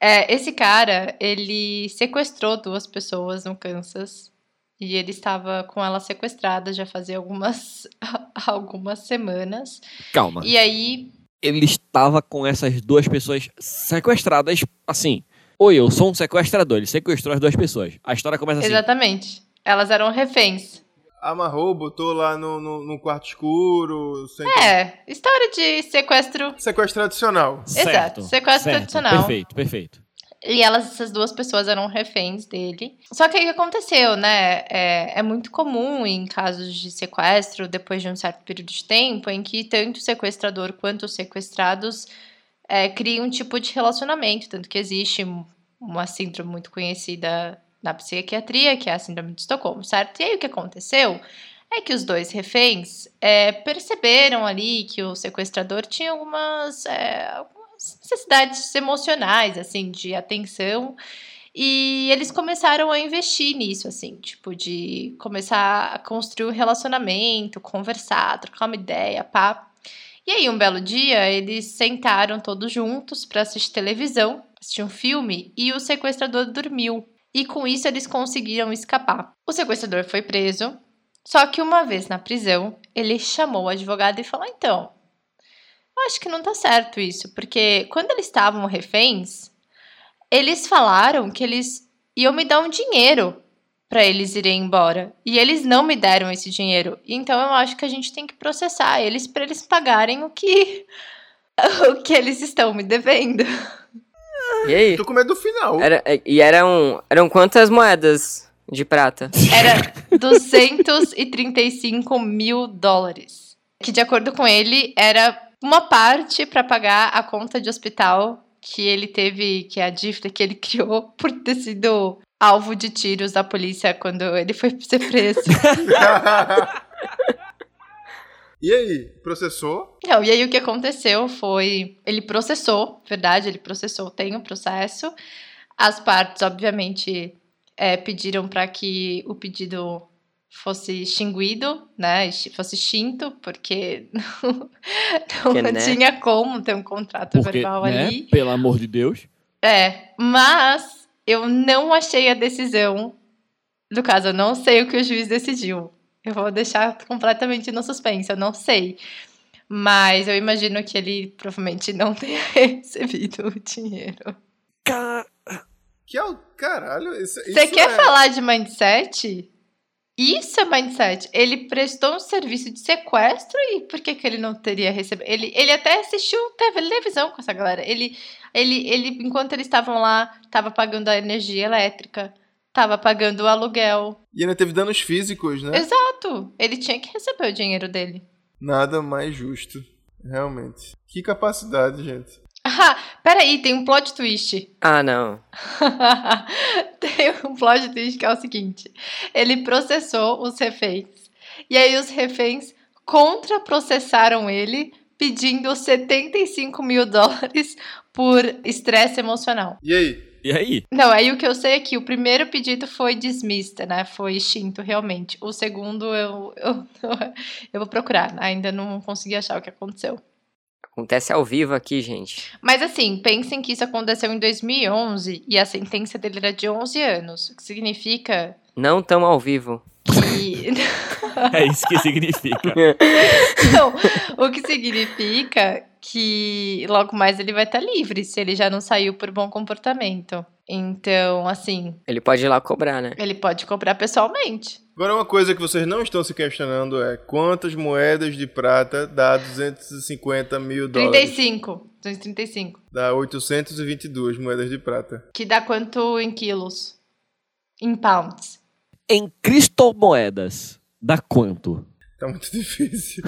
Speaker 4: é, esse cara, ele sequestrou duas pessoas no Kansas. E ele estava com ela sequestrada já fazia algumas, algumas semanas.
Speaker 3: Calma.
Speaker 4: E aí,
Speaker 3: ele estava com essas duas pessoas sequestradas, assim. Oi, eu sou um sequestrador. Ele sequestrou as duas pessoas. A história começa assim.
Speaker 4: exatamente, elas eram reféns.
Speaker 1: Amarrou, botou lá no, no, no quarto escuro. Sem...
Speaker 4: É, história de sequestro.
Speaker 1: Sequestro tradicional.
Speaker 4: Exato, sequestro tradicional.
Speaker 3: Perfeito, perfeito.
Speaker 4: E elas, essas duas pessoas eram reféns dele. Só que aí o que aconteceu, né? É, é muito comum em casos de sequestro, depois de um certo período de tempo, em que tanto o sequestrador quanto os sequestrados é, criam um tipo de relacionamento. Tanto que existe um- uma síndrome muito conhecida na psiquiatria, que é a síndrome de Estocolmo, certo? E aí o que aconteceu é que os dois reféns é, perceberam ali que o sequestrador tinha algumas, é, algumas necessidades emocionais, assim, de atenção. E eles começaram a investir nisso, assim, tipo, de começar a construir um relacionamento, conversar, trocar uma ideia, pá. E aí, um belo dia, eles sentaram todos juntos para assistir televisão, assistir um filme, e o sequestrador dormiu. E com isso, eles conseguiram escapar. O sequestrador foi preso, só que uma vez na prisão, ele chamou o advogado e falou: então, eu acho que não tá certo isso, porque quando eles estavam reféns, eles falaram que eles iam me dar um dinheiro para eles irem embora. E eles não me deram esse dinheiro. Então eu acho que a gente tem que processar eles para eles pagarem o que o que eles estão me devendo.
Speaker 2: E aí?
Speaker 1: Tô com medo do final.
Speaker 4: É.
Speaker 2: Era, e eram, eram quantas moedas de prata?
Speaker 4: Era 235 mil dólares. Que, de acordo com ele, era uma parte para pagar a conta de hospital que ele teve, que é a dívida que ele criou por ter sido alvo de tiros da polícia quando ele foi ser preso.
Speaker 1: e aí, processou?
Speaker 4: Não, e aí o que aconteceu foi. Ele processou, verdade, ele processou, tem o processo. As partes, obviamente, eh, pediram para que o pedido fosse extinguido, né? exti- Fosse extinto, porque não, não
Speaker 2: Porque, né?
Speaker 4: tinha como ter um contrato
Speaker 3: Porque,
Speaker 4: verbal
Speaker 3: né,
Speaker 4: ali.
Speaker 3: pelo amor de Deus.
Speaker 4: É, mas eu não achei a decisão do caso, eu não sei o que o juiz decidiu. Eu vou deixar completamente no suspense, eu não sei. Mas eu imagino que ele provavelmente não tenha recebido o dinheiro.
Speaker 6: Ca-
Speaker 1: Que é o caralho. Isso,
Speaker 4: Você
Speaker 1: isso
Speaker 4: quer
Speaker 1: é-
Speaker 4: falar de mindset? Isso é mindset. Ele prestou um serviço de sequestro e por que, que ele não teria recebido? Ele, ele até assistiu um televisão com essa galera. Ele, ele, ele enquanto eles estavam lá, estava pagando a energia elétrica, estava pagando o aluguel.
Speaker 1: E ainda teve danos físicos, né?
Speaker 4: Exato. Ele tinha que receber o dinheiro dele.
Speaker 1: Nada mais justo. Realmente. Que capacidade, gente.
Speaker 4: Ah, peraí, tem um plot twist.
Speaker 2: Ah, não.
Speaker 4: Tem um plot twist que é o seguinte: ele processou os reféns. E aí os reféns contraprocessaram ele, pedindo 75 mil dólares por estresse emocional.
Speaker 1: E aí?
Speaker 3: E aí?
Speaker 4: Não, aí o que eu sei é que o primeiro pedido foi dismissed, né? Foi extinto, realmente. O segundo eu, eu, eu vou procurar, ainda não consegui achar o que aconteceu.
Speaker 2: Acontece ao vivo aqui, gente.
Speaker 4: Mas assim, pensem que isso aconteceu em 2011 e a sentença dele era de 11 anos, o que significa
Speaker 2: Não tão ao vivo.
Speaker 4: que
Speaker 3: É isso que significa.
Speaker 4: Então, o que significa que logo mais ele vai estar livre, se ele já não saiu por bom comportamento. Então, assim,
Speaker 2: Ele pode ir lá cobrar, né?
Speaker 4: ele pode cobrar pessoalmente.
Speaker 1: Agora, uma coisa que vocês não estão se questionando é quantas moedas de prata dá 250 mil dólares?
Speaker 4: 35, 235.
Speaker 1: Dá 822 moedas de prata.
Speaker 4: Que dá quanto em quilos? Em pounds.
Speaker 3: em criptomoedas, dá quanto?
Speaker 1: Tá muito difícil.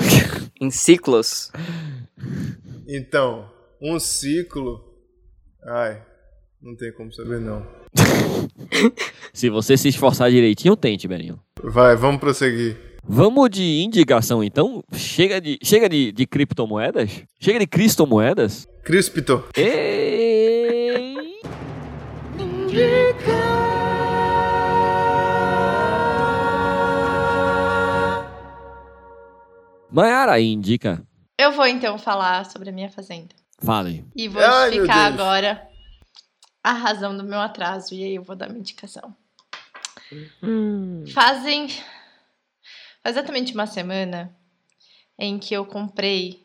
Speaker 2: Em ciclos.
Speaker 1: Então, um ciclo. Ai, não tem como saber, não.
Speaker 3: Se você se esforçar direitinho, tente, Berinho.
Speaker 1: Vai, vamos prosseguir.
Speaker 3: Vamos de indicação, então? Chega de, chega de, de criptomoedas? Chega de criptomoedas?
Speaker 1: Crispito.
Speaker 3: Ei! Maiara indica.
Speaker 4: Eu vou então falar sobre a minha fazenda.
Speaker 3: Falem.
Speaker 4: E vou
Speaker 1: Ai, meu
Speaker 4: explicar
Speaker 1: Deus.
Speaker 4: agora a razão do meu atraso. E aí eu vou dar minha indicação. Fazem faz exatamente uma semana em que eu comprei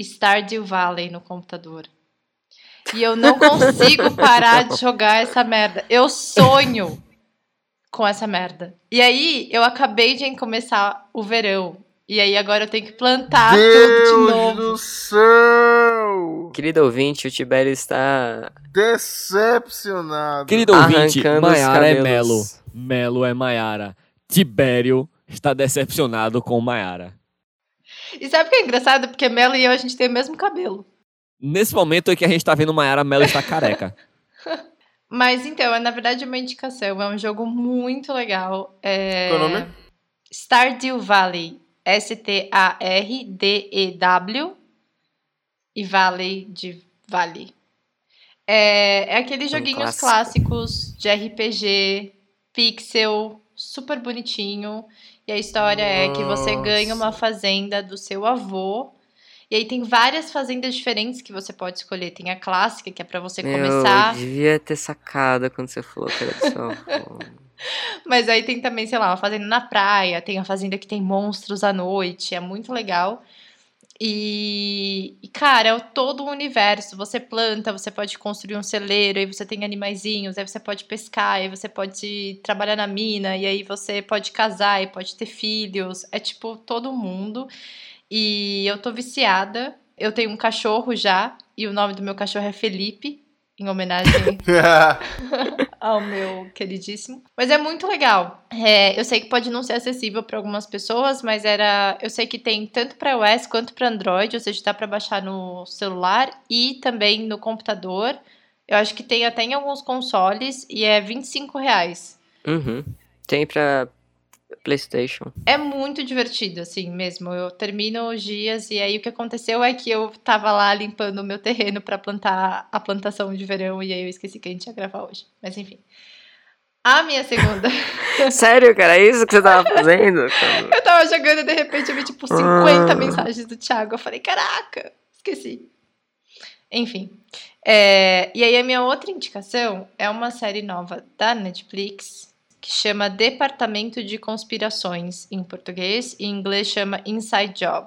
Speaker 4: Stardew Valley no computador. E eu não consigo parar de jogar essa merda. Eu sonho com essa merda. E aí, eu acabei de começar o verão. E aí, agora eu tenho que plantar Tá tudo de novo.
Speaker 1: do céu!
Speaker 2: Querido ouvinte, o Tibério está
Speaker 1: Decepcionado.
Speaker 3: Querido ouvinte,
Speaker 2: Arrancando os
Speaker 3: Maiara é Melo.
Speaker 2: cabelos.
Speaker 3: Melo é Maiara. Tibério está decepcionado com Maiara.
Speaker 4: E sabe o que é engraçado? Porque Melo e eu, a gente tem o mesmo cabelo.
Speaker 3: Nesse momento é que a gente tá vendo Maiara Mello está careca.
Speaker 4: Mas então, é na verdade uma indicação. É um jogo muito legal. É...
Speaker 1: Qual é o nome?
Speaker 4: Stardew Valley. S-T-A-R-D-E-W. E Valley de Vale. É, é aqueles
Speaker 2: Um
Speaker 4: joguinhos
Speaker 2: clássico.
Speaker 4: clássicos de RPG, pixel, super bonitinho. E a história é que você
Speaker 1: Nossa.
Speaker 4: ganha uma fazenda do seu avô. E aí tem várias fazendas diferentes que você pode escolher. Tem a clássica, que é pra você
Speaker 2: Meu,
Speaker 4: começar.
Speaker 2: Eu devia ter sacado quando você falou que era do seu avô.
Speaker 4: Mas aí tem também, sei lá, uma fazenda na praia, tem a fazenda que tem monstros à noite, é muito legal. E, e, cara, é todo o universo. Você planta, você pode construir um celeiro, aí você tem animaizinhos, aí você pode pescar, aí você pode trabalhar na mina, e aí você pode casar e pode ter filhos. É tipo todo mundo. E eu tô viciada. Eu tenho um cachorro já, e o nome do meu cachorro é Felipe, em homenagem ao meu queridíssimo. Mas é muito legal. É, eu sei que pode não ser acessível para algumas pessoas, mas era. Eu sei que tem tanto para iOS quanto para Android, ou seja, dá para baixar no celular e também no computador. Eu acho que tem até em alguns consoles e é 25 reais.
Speaker 2: Uhum. Tem pra PlayStation.
Speaker 4: É muito divertido, assim, mesmo. Eu termino os dias e aí o que aconteceu é que eu tava lá limpando o meu terreno para plantar a plantação de verão e aí eu esqueci que a gente ia gravar hoje. Mas enfim. A minha segunda.
Speaker 2: Sério, cara? É isso que você tava fazendo? cara?
Speaker 4: eu tava jogando e de repente eu vi tipo 50 mensagens do Thiago. Eu falei, caraca, esqueci. Enfim. É, E aí a minha outra indicação é uma série nova da Netflix que chama Departamento de Conspirações em português e em inglês chama Inside Job.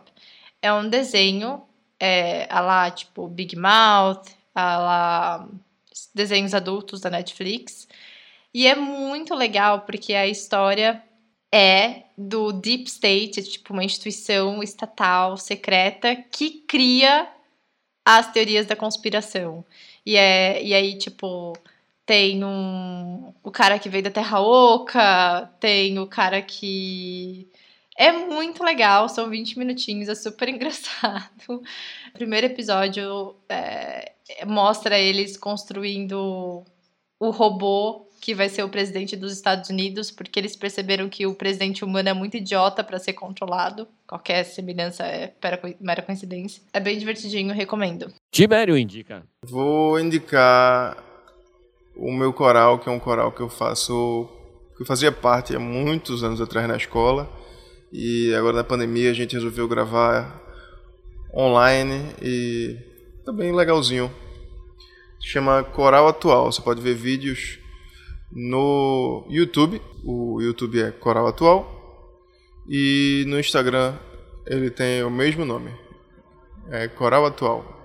Speaker 4: É um desenho, é, a lá, tipo, Big Mouth, a lá, desenhos adultos da Netflix. E é muito legal porque a história é do Deep State, é tipo uma instituição estatal secreta que cria as teorias da conspiração. E, é, e aí, tipo, tem um, o cara que veio da Terra Oca, tem o cara que. É muito legal, são 20 minutinhos, é super engraçado. O primeiro episódio é, mostra eles construindo o robô que vai ser o presidente dos Estados Unidos, porque eles perceberam que o presidente humano é muito idiota para ser controlado. Qualquer semelhança é pera- mera coincidência. É bem divertidinho, recomendo.
Speaker 3: Tibério indica.
Speaker 1: Vou indicar o meu coral, que é um coral que eu faço, que eu fazia parte há muitos anos atrás na escola. E agora na pandemia a gente resolveu gravar online e tá bem legalzinho. Chama Coral Atual, você pode ver vídeos no YouTube, o YouTube é Coral Atual e no Instagram ele tem o mesmo nome. É Coral Atual.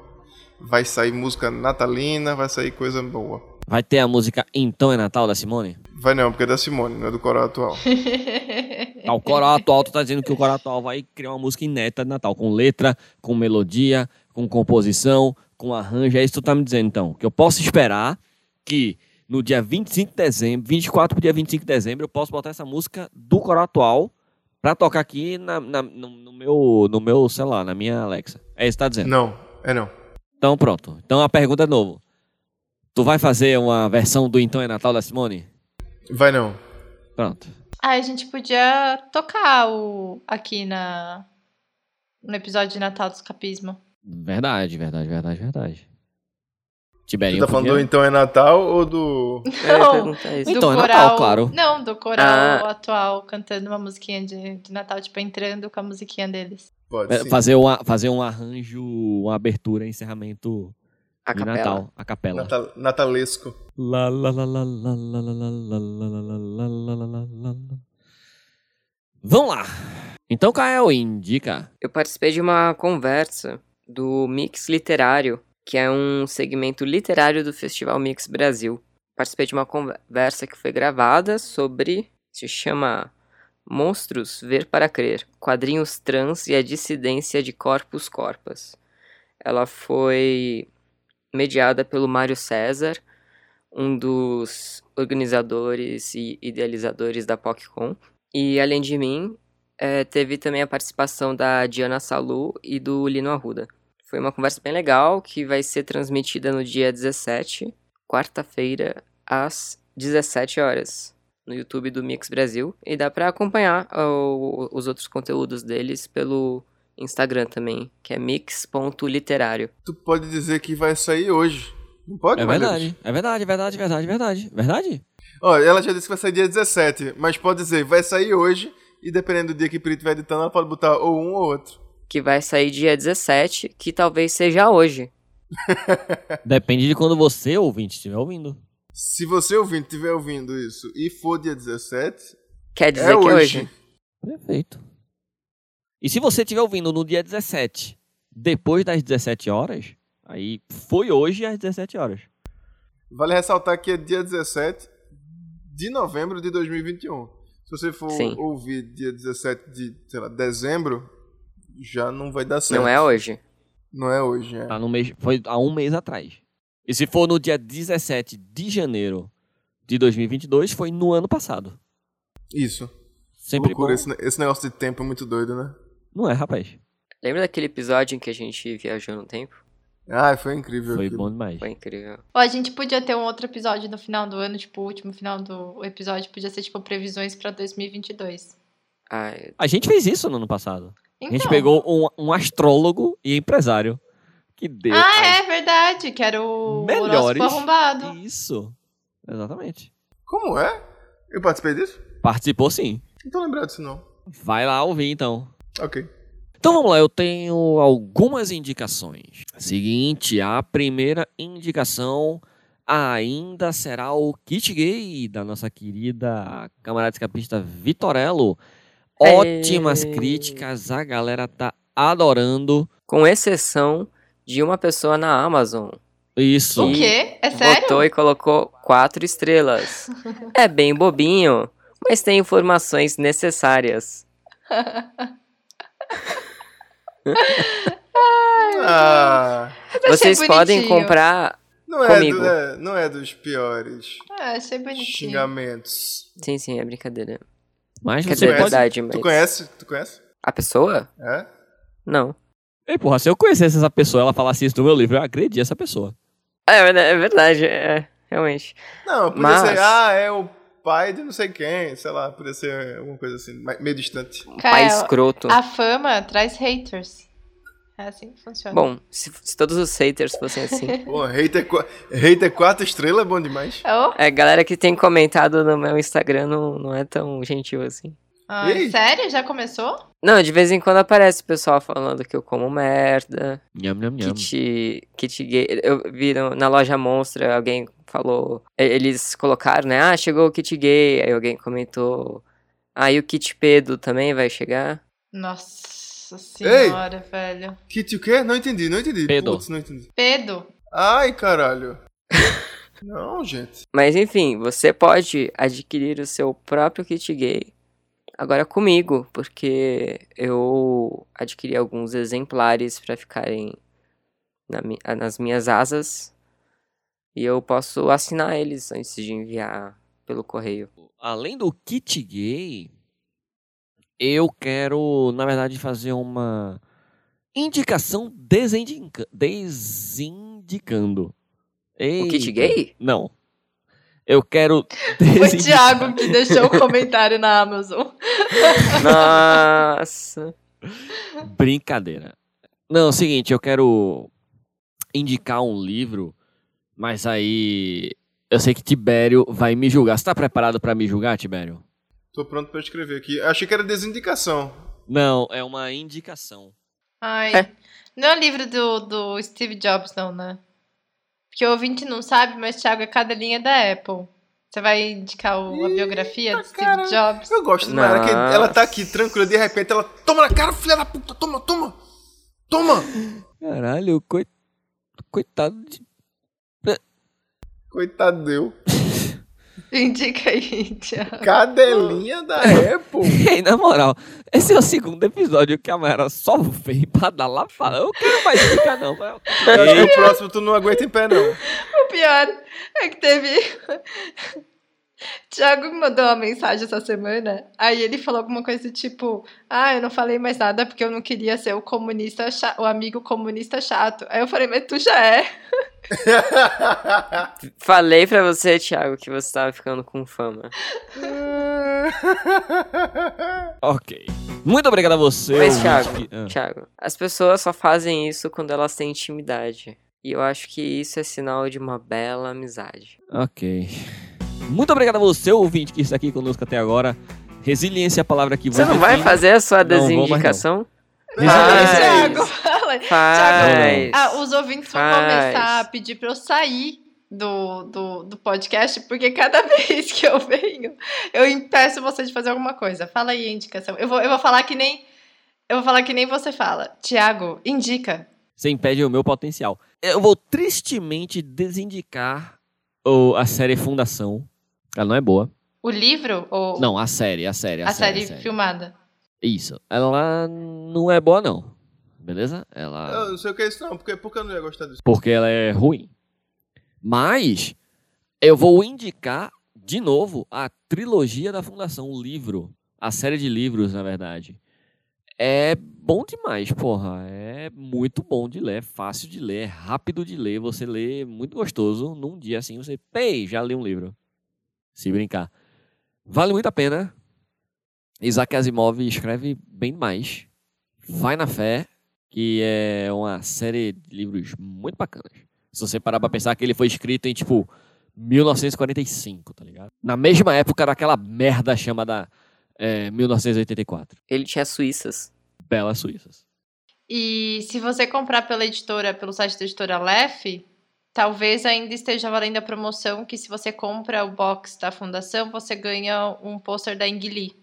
Speaker 1: Vai sair música natalina, vai sair coisa boa.
Speaker 3: Vai ter a música Então é Natal da Simone?
Speaker 1: Vai não, porque é da Simone, não é do coral atual.
Speaker 3: Tá, o coral atual, tu tá dizendo que o coral atual vai criar uma música inédita de Natal, com letra, com melodia, com composição, com arranjo. É isso que tu tá me dizendo, então. Que eu posso esperar que no dia 25 de dezembro, 24 pro dia 25 de dezembro, eu posso botar essa música do coral atual pra tocar aqui na, na- no, no meu, no meu celular, na minha Alexa. É isso que tá dizendo.
Speaker 1: Não, é não.
Speaker 3: Então pronto. Então a pergunta é de novo. Tu vai fazer uma versão do Então é Natal da Simone?
Speaker 1: Vai não.
Speaker 3: Pronto.
Speaker 4: Ah, a gente podia tocar o aqui na no episódio de Natal do Escapismo.
Speaker 3: Verdade, verdade, verdade, verdade.
Speaker 1: Você
Speaker 3: Tiberinho.
Speaker 1: tá falando do
Speaker 3: podia-
Speaker 1: Então é Natal ou do.
Speaker 2: Eu ia
Speaker 4: Não.
Speaker 2: perguntar isso.
Speaker 3: Então, é Natal, claro.
Speaker 4: Não, do coral
Speaker 2: Ah.
Speaker 4: atual cantando uma musiquinha de, de Natal, tipo, entrando com a musiquinha deles.
Speaker 1: Pode
Speaker 3: É,
Speaker 1: sim.
Speaker 3: fazer, uma, fazer um arranjo, uma abertura, um encerramento
Speaker 2: A
Speaker 3: de
Speaker 2: capela.
Speaker 3: Natal, a capela.
Speaker 1: Natal- natalesco.
Speaker 3: Lá, lá, lá, lá, lá, lá, lá, lá, lá, lá, lá, lá, lá, lá, lá, lá, lá. Vamos lá. Então, Kael, indica.
Speaker 2: Eu participei de uma conversa do Mix Literário, que é um segmento literário do Festival Mix Brasil. Participei de uma conversa que foi gravada sobre. se chama Monstros Ver para Crer Quadrinhos Trans e a Dissidência de Corpus Corpas. Ela foi mediada pelo Mário César, um dos organizadores e idealizadores da PocCon. E além de mim, é, teve também a participação da Diana Salu e do Lino Arruda. Foi uma conversa bem legal que vai ser transmitida no dia 17, quarta-feira, às 17 horas, no YouTube do Mix Brasil. E dá pra acompanhar ó, os outros conteúdos deles pelo Instagram também, que é mix.literário.
Speaker 1: Tu pode dizer que vai sair hoje. Não pode,
Speaker 3: É
Speaker 1: Malheiros?
Speaker 3: verdade, é verdade, verdade, verdade, verdade. Verdade?
Speaker 1: Olha, ela já disse que vai sair dia 17, mas pode dizer, vai sair hoje, e dependendo do dia que Pirito vai editando, ela pode botar ou um ou outro.
Speaker 2: Que vai sair dia 17, que talvez seja hoje.
Speaker 3: Depende de quando você, ouvinte, estiver ouvindo.
Speaker 1: Se você ouvinte estiver ouvindo isso e for dia 17,
Speaker 2: Quer dizer
Speaker 1: é
Speaker 2: que
Speaker 1: hoje.
Speaker 2: hoje.
Speaker 3: Perfeito. E se você estiver ouvindo no dia 17 depois das 17 horas. Aí foi hoje às 17 horas.
Speaker 1: Vale ressaltar que é dia 17 de novembro de 2021. Se você for
Speaker 2: Sim.
Speaker 1: ouvir dia 17 de, sei lá, dezembro, já não vai dar certo.
Speaker 2: Não é hoje.
Speaker 1: Não é hoje, é.
Speaker 3: Tá no mês, foi há um mês atrás. E se for no dia 17 de janeiro de 2022, foi no ano passado.
Speaker 1: Isso.
Speaker 3: Sempre
Speaker 1: Loucura,
Speaker 3: bom.
Speaker 1: esse, ne- esse negócio de tempo é muito doido, né?
Speaker 3: Não é, rapaz.
Speaker 2: Lembra daquele episódio em que a gente viajou no tempo?
Speaker 1: Ah, foi incrível.
Speaker 3: Foi
Speaker 1: aquilo.
Speaker 3: bom demais.
Speaker 2: Foi incrível.
Speaker 4: Ou a gente podia ter um outro episódio no final do ano, tipo, o último final do episódio podia ser, tipo, previsões pra 2022.
Speaker 2: Ai,
Speaker 3: A gente fez isso no ano passado.
Speaker 4: Então...
Speaker 3: A gente pegou um, um astrólogo e empresário. Que deu.
Speaker 4: Ah, é verdade, que era o
Speaker 3: Melhores.
Speaker 4: horóscopo arrombado.
Speaker 3: Isso. Exatamente.
Speaker 1: Como é? Eu participei disso?
Speaker 3: Participou sim.
Speaker 1: Não tô lembrado disso, não.
Speaker 3: Vai lá ouvir então.
Speaker 1: Ok.
Speaker 3: Então vamos lá, eu tenho algumas indicações. Seguinte, a primeira indicação ainda será o kit gay da nossa querida camarada escapista Vitorello.
Speaker 2: É.
Speaker 3: Ótimas
Speaker 2: Ei.
Speaker 3: críticas, a galera tá adorando.
Speaker 2: Com exceção de uma pessoa na Amazon.
Speaker 3: Isso.
Speaker 4: O quê? É sério?
Speaker 2: Votou e colocou quatro estrelas. é bem bobinho, mas tem informações necessárias.
Speaker 1: Ah,
Speaker 4: Achei
Speaker 2: Vocês podem
Speaker 4: bonitinho.
Speaker 2: comprar.
Speaker 1: não é,
Speaker 2: Comigo.
Speaker 1: do, é- não é dos piores
Speaker 4: Ah, achei bonitinho.
Speaker 1: xingamentos.
Speaker 2: Sim, sim, é brincadeira.
Speaker 3: Mas
Speaker 2: Quer dizer,
Speaker 3: você
Speaker 2: é
Speaker 1: conhece?
Speaker 3: pode...
Speaker 2: verdade, mas.
Speaker 1: Tu conhece? Tu conhece?
Speaker 2: A pessoa?
Speaker 1: É?
Speaker 2: Não.
Speaker 3: Ei, porra, se eu conhecesse essa pessoa e ela falasse isso no meu livro, eu agredi essa pessoa.
Speaker 2: É, verdade- é verdade, é, realmente.
Speaker 1: Não, podia
Speaker 2: Mas-
Speaker 1: ser, ah, é o pai de não sei quem, sei lá, podia ser alguma coisa assim, mais- meio distante.
Speaker 2: Um
Speaker 4: Cara,
Speaker 2: pai escroto.
Speaker 4: A fama traz haters. É assim que funciona.
Speaker 2: Bom, se, se todos os haters fossem assim.
Speaker 1: Pô, hater, qua- hater 4 estrelas é bom demais.
Speaker 4: Oh?
Speaker 2: É, galera que tem comentado no meu Instagram não, não é tão gentil assim.
Speaker 4: Ah,
Speaker 1: Ei.
Speaker 4: sério? Já começou?
Speaker 2: Não, de vez em quando aparece o pessoal falando que eu como merda,
Speaker 3: Nham, nham, nham.
Speaker 2: kit, kit gay. Eu vi no- na loja Monstra, alguém falou. e- Eles colocaram, né? Ah, chegou o kit gay. Aí alguém comentou. Ah, e o kit pedo também vai chegar?
Speaker 4: Nossa senhora, velho.
Speaker 1: Kit o quê? Não entendi, não entendi.
Speaker 3: Pedo.
Speaker 1: Putz, não entendi.
Speaker 4: Pedro,
Speaker 1: Ai, caralho. não, gente.
Speaker 2: Mas enfim, você pode adquirir o seu próprio kit gay agora comigo, porque eu adquiri alguns exemplares para ficarem na mi- ah, nas minhas asas e eu posso assinar eles antes de enviar pelo correio.
Speaker 3: além do kit gay, eu quero, na verdade, fazer uma indicação desindica- desindicando.
Speaker 2: O kit
Speaker 3: Eita.
Speaker 2: gay?
Speaker 3: Não. Eu quero.
Speaker 4: foi o
Speaker 3: desindicar.
Speaker 4: Thiago que deixou o comentário na Amazon.
Speaker 2: Nossa!
Speaker 3: Brincadeira. Não, é o seguinte, eu quero indicar um livro, mas aí. Eu sei que Tibério vai me julgar. Você tá preparado pra me julgar, Tibério?
Speaker 1: Tô pronto pra escrever aqui. Achei que era desindicação.
Speaker 3: Não, é uma indicação.
Speaker 4: Ai.
Speaker 2: É.
Speaker 4: Não é o livro do, do Steve Jobs, não, né? Porque o ouvinte não sabe, mas Thiago é cada linha da Apple. Você vai indicar o- a biografia do Steve
Speaker 1: cara.
Speaker 4: Jobs?
Speaker 1: Eu gosto de Mayara, que
Speaker 2: Nossa.
Speaker 1: ela tá aqui tranquila, de repente ela toma na cara, filha da puta, toma, toma. Toma!
Speaker 3: Caralho, coi- coitado de
Speaker 1: Coitado eu.
Speaker 4: Indica aí, Thiago.
Speaker 1: Cadelinha da Apple.
Speaker 3: Ei, na moral, esse é o segundo episódio que a Mayara só vem pra dar lá fala. Eu quero mais ficar, não. mas-
Speaker 1: Eu acho que o próximo tu não aguenta em pé, não.
Speaker 4: O pior é que teve. Tiago me mandou uma mensagem essa semana. Aí ele falou alguma coisa tipo: Ah, eu não falei mais nada porque eu não queria ser o comunista, cha- o amigo comunista chato. Aí eu falei: Mas tu já é.
Speaker 2: Falei pra você, Thiago, que você tava ficando com fama.
Speaker 3: ok. Muito obrigado a você.
Speaker 2: Mas,
Speaker 3: ouvinte
Speaker 2: Thiago,
Speaker 3: que- ah.
Speaker 2: Thiago, as pessoas só fazem isso quando elas têm intimidade. E eu acho que isso é sinal de uma bela amizade.
Speaker 3: Ah, Ok. Muito obrigado a você, ouvinte, que está aqui conosco até agora. Resiliência é a palavra que
Speaker 2: Você
Speaker 3: vos
Speaker 2: não vai
Speaker 3: define.
Speaker 2: fazer a sua
Speaker 3: Não, vou mais não.
Speaker 2: desindicação?
Speaker 4: Fala,
Speaker 2: Faz.
Speaker 4: Thiago, fala.
Speaker 2: Faz.
Speaker 4: Ah, os ouvintes vão
Speaker 2: Faz.
Speaker 4: começar a pedir pra eu sair do, do, do podcast, porque cada vez que eu venho, eu impeço você de fazer alguma coisa. Fala aí a indicação. Eu vou, eu vou falar que nem Eu vou falar que nem você fala. Tiago, indica.
Speaker 3: Você impede o meu potencial. Eu vou tristemente desindicar o- a série Fundação. Ela não é boa.
Speaker 4: O livro ou
Speaker 3: Não, é a série, a série. A,
Speaker 4: a série
Speaker 3: a
Speaker 4: filmada?
Speaker 3: Isso. Ela não é boa, não. Beleza?
Speaker 2: Ah.
Speaker 3: Ela.
Speaker 1: Eu não sei o que é isso, não. Porque, por que eu não ia gostar disso?
Speaker 3: porque ela é ruim. Mas eu vou indicar de novo a trilogia da Fundação, o livro, a série de livros, na verdade. É bom demais, porra. É muito bom de ler, é fácil de ler, é rápido de ler. Você lê é muito gostoso. Num dia assim, você, pei, já li um livro. Se brincar. Vale muito a pena. Isaac Asimov escreve bem demais. Vai na fé, que é uma série de livros muito bacanas. Se você parar pra pensar que ele foi escrito em, tipo, 1945, tá ligado? Na mesma época daquela merda chamada é, 1984.
Speaker 2: Ele tinha suíças.
Speaker 3: Belas Suíças.
Speaker 4: E se você comprar pela editora, pelo site da editora Lef, talvez ainda esteja valendo a promoção que se você compra o box da fundação, você ganha um pôster da Ingli.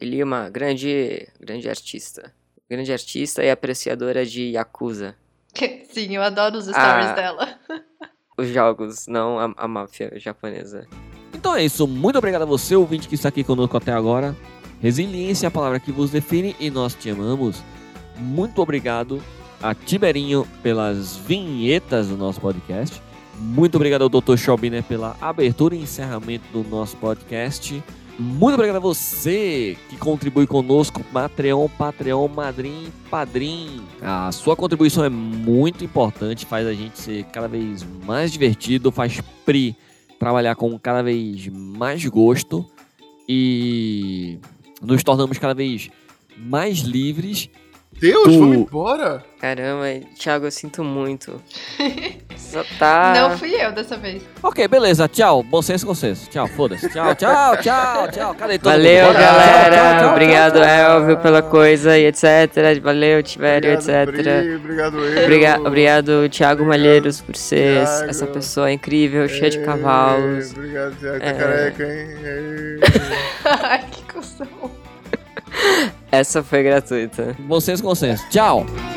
Speaker 2: Ele é uma grande, grande artista. Grande artista e apreciadora de Yakuza.
Speaker 4: Sim, eu adoro os stories
Speaker 2: Ah.
Speaker 4: dela.
Speaker 2: Os jogos, não a, a máfia japonesa.
Speaker 3: Então é isso. Muito obrigado a você, ouvinte, que está aqui conosco até agora. Resiliência é a palavra que vos define e nós te amamos. Muito obrigado a Tiberinho pelas vinhetas do nosso podcast. Muito obrigado ao Dr. Schobiner pela abertura e encerramento do nosso podcast. Muito obrigado a você que contribui conosco, Patreon, Patreon, Madrim, Padrim. A sua contribuição é muito importante, faz a gente ser cada vez mais divertido, faz PRI trabalhar com cada vez mais gosto e nos tornamos cada vez mais livres.
Speaker 1: Deus,
Speaker 3: Tu-
Speaker 1: vamos embora?
Speaker 2: Caramba, Thiago, eu sinto muito. Só tá.
Speaker 4: Não fui eu dessa vez.
Speaker 3: Ok, beleza, tchau. Bom senso, consenso. Tchau, foda-se. Tchau, tchau, tchau, tchau. Cadê todo
Speaker 2: Valeu,
Speaker 3: mundo? Bora.
Speaker 2: galera.
Speaker 3: Tchau, tchau, tchau,
Speaker 2: obrigado,
Speaker 3: tchau, tchau.
Speaker 2: Elvio, pela coisa e etc. Valeu, Tiberio, etc.
Speaker 1: Pri, obrigado, eu.
Speaker 2: Obriga- obrigado, Thiago
Speaker 1: Obrigado,
Speaker 2: Malheiros, por ser
Speaker 1: Thiago.
Speaker 2: essa pessoa incrível, cheia de cavalos.
Speaker 1: Ei, Obrigado, Tiago. Tá
Speaker 2: É.
Speaker 1: careca, hein?
Speaker 4: Ai, que cuzão.
Speaker 2: Essa foi gratuita.
Speaker 3: Bom senso, consenso. Tchau.
Speaker 1: Ei.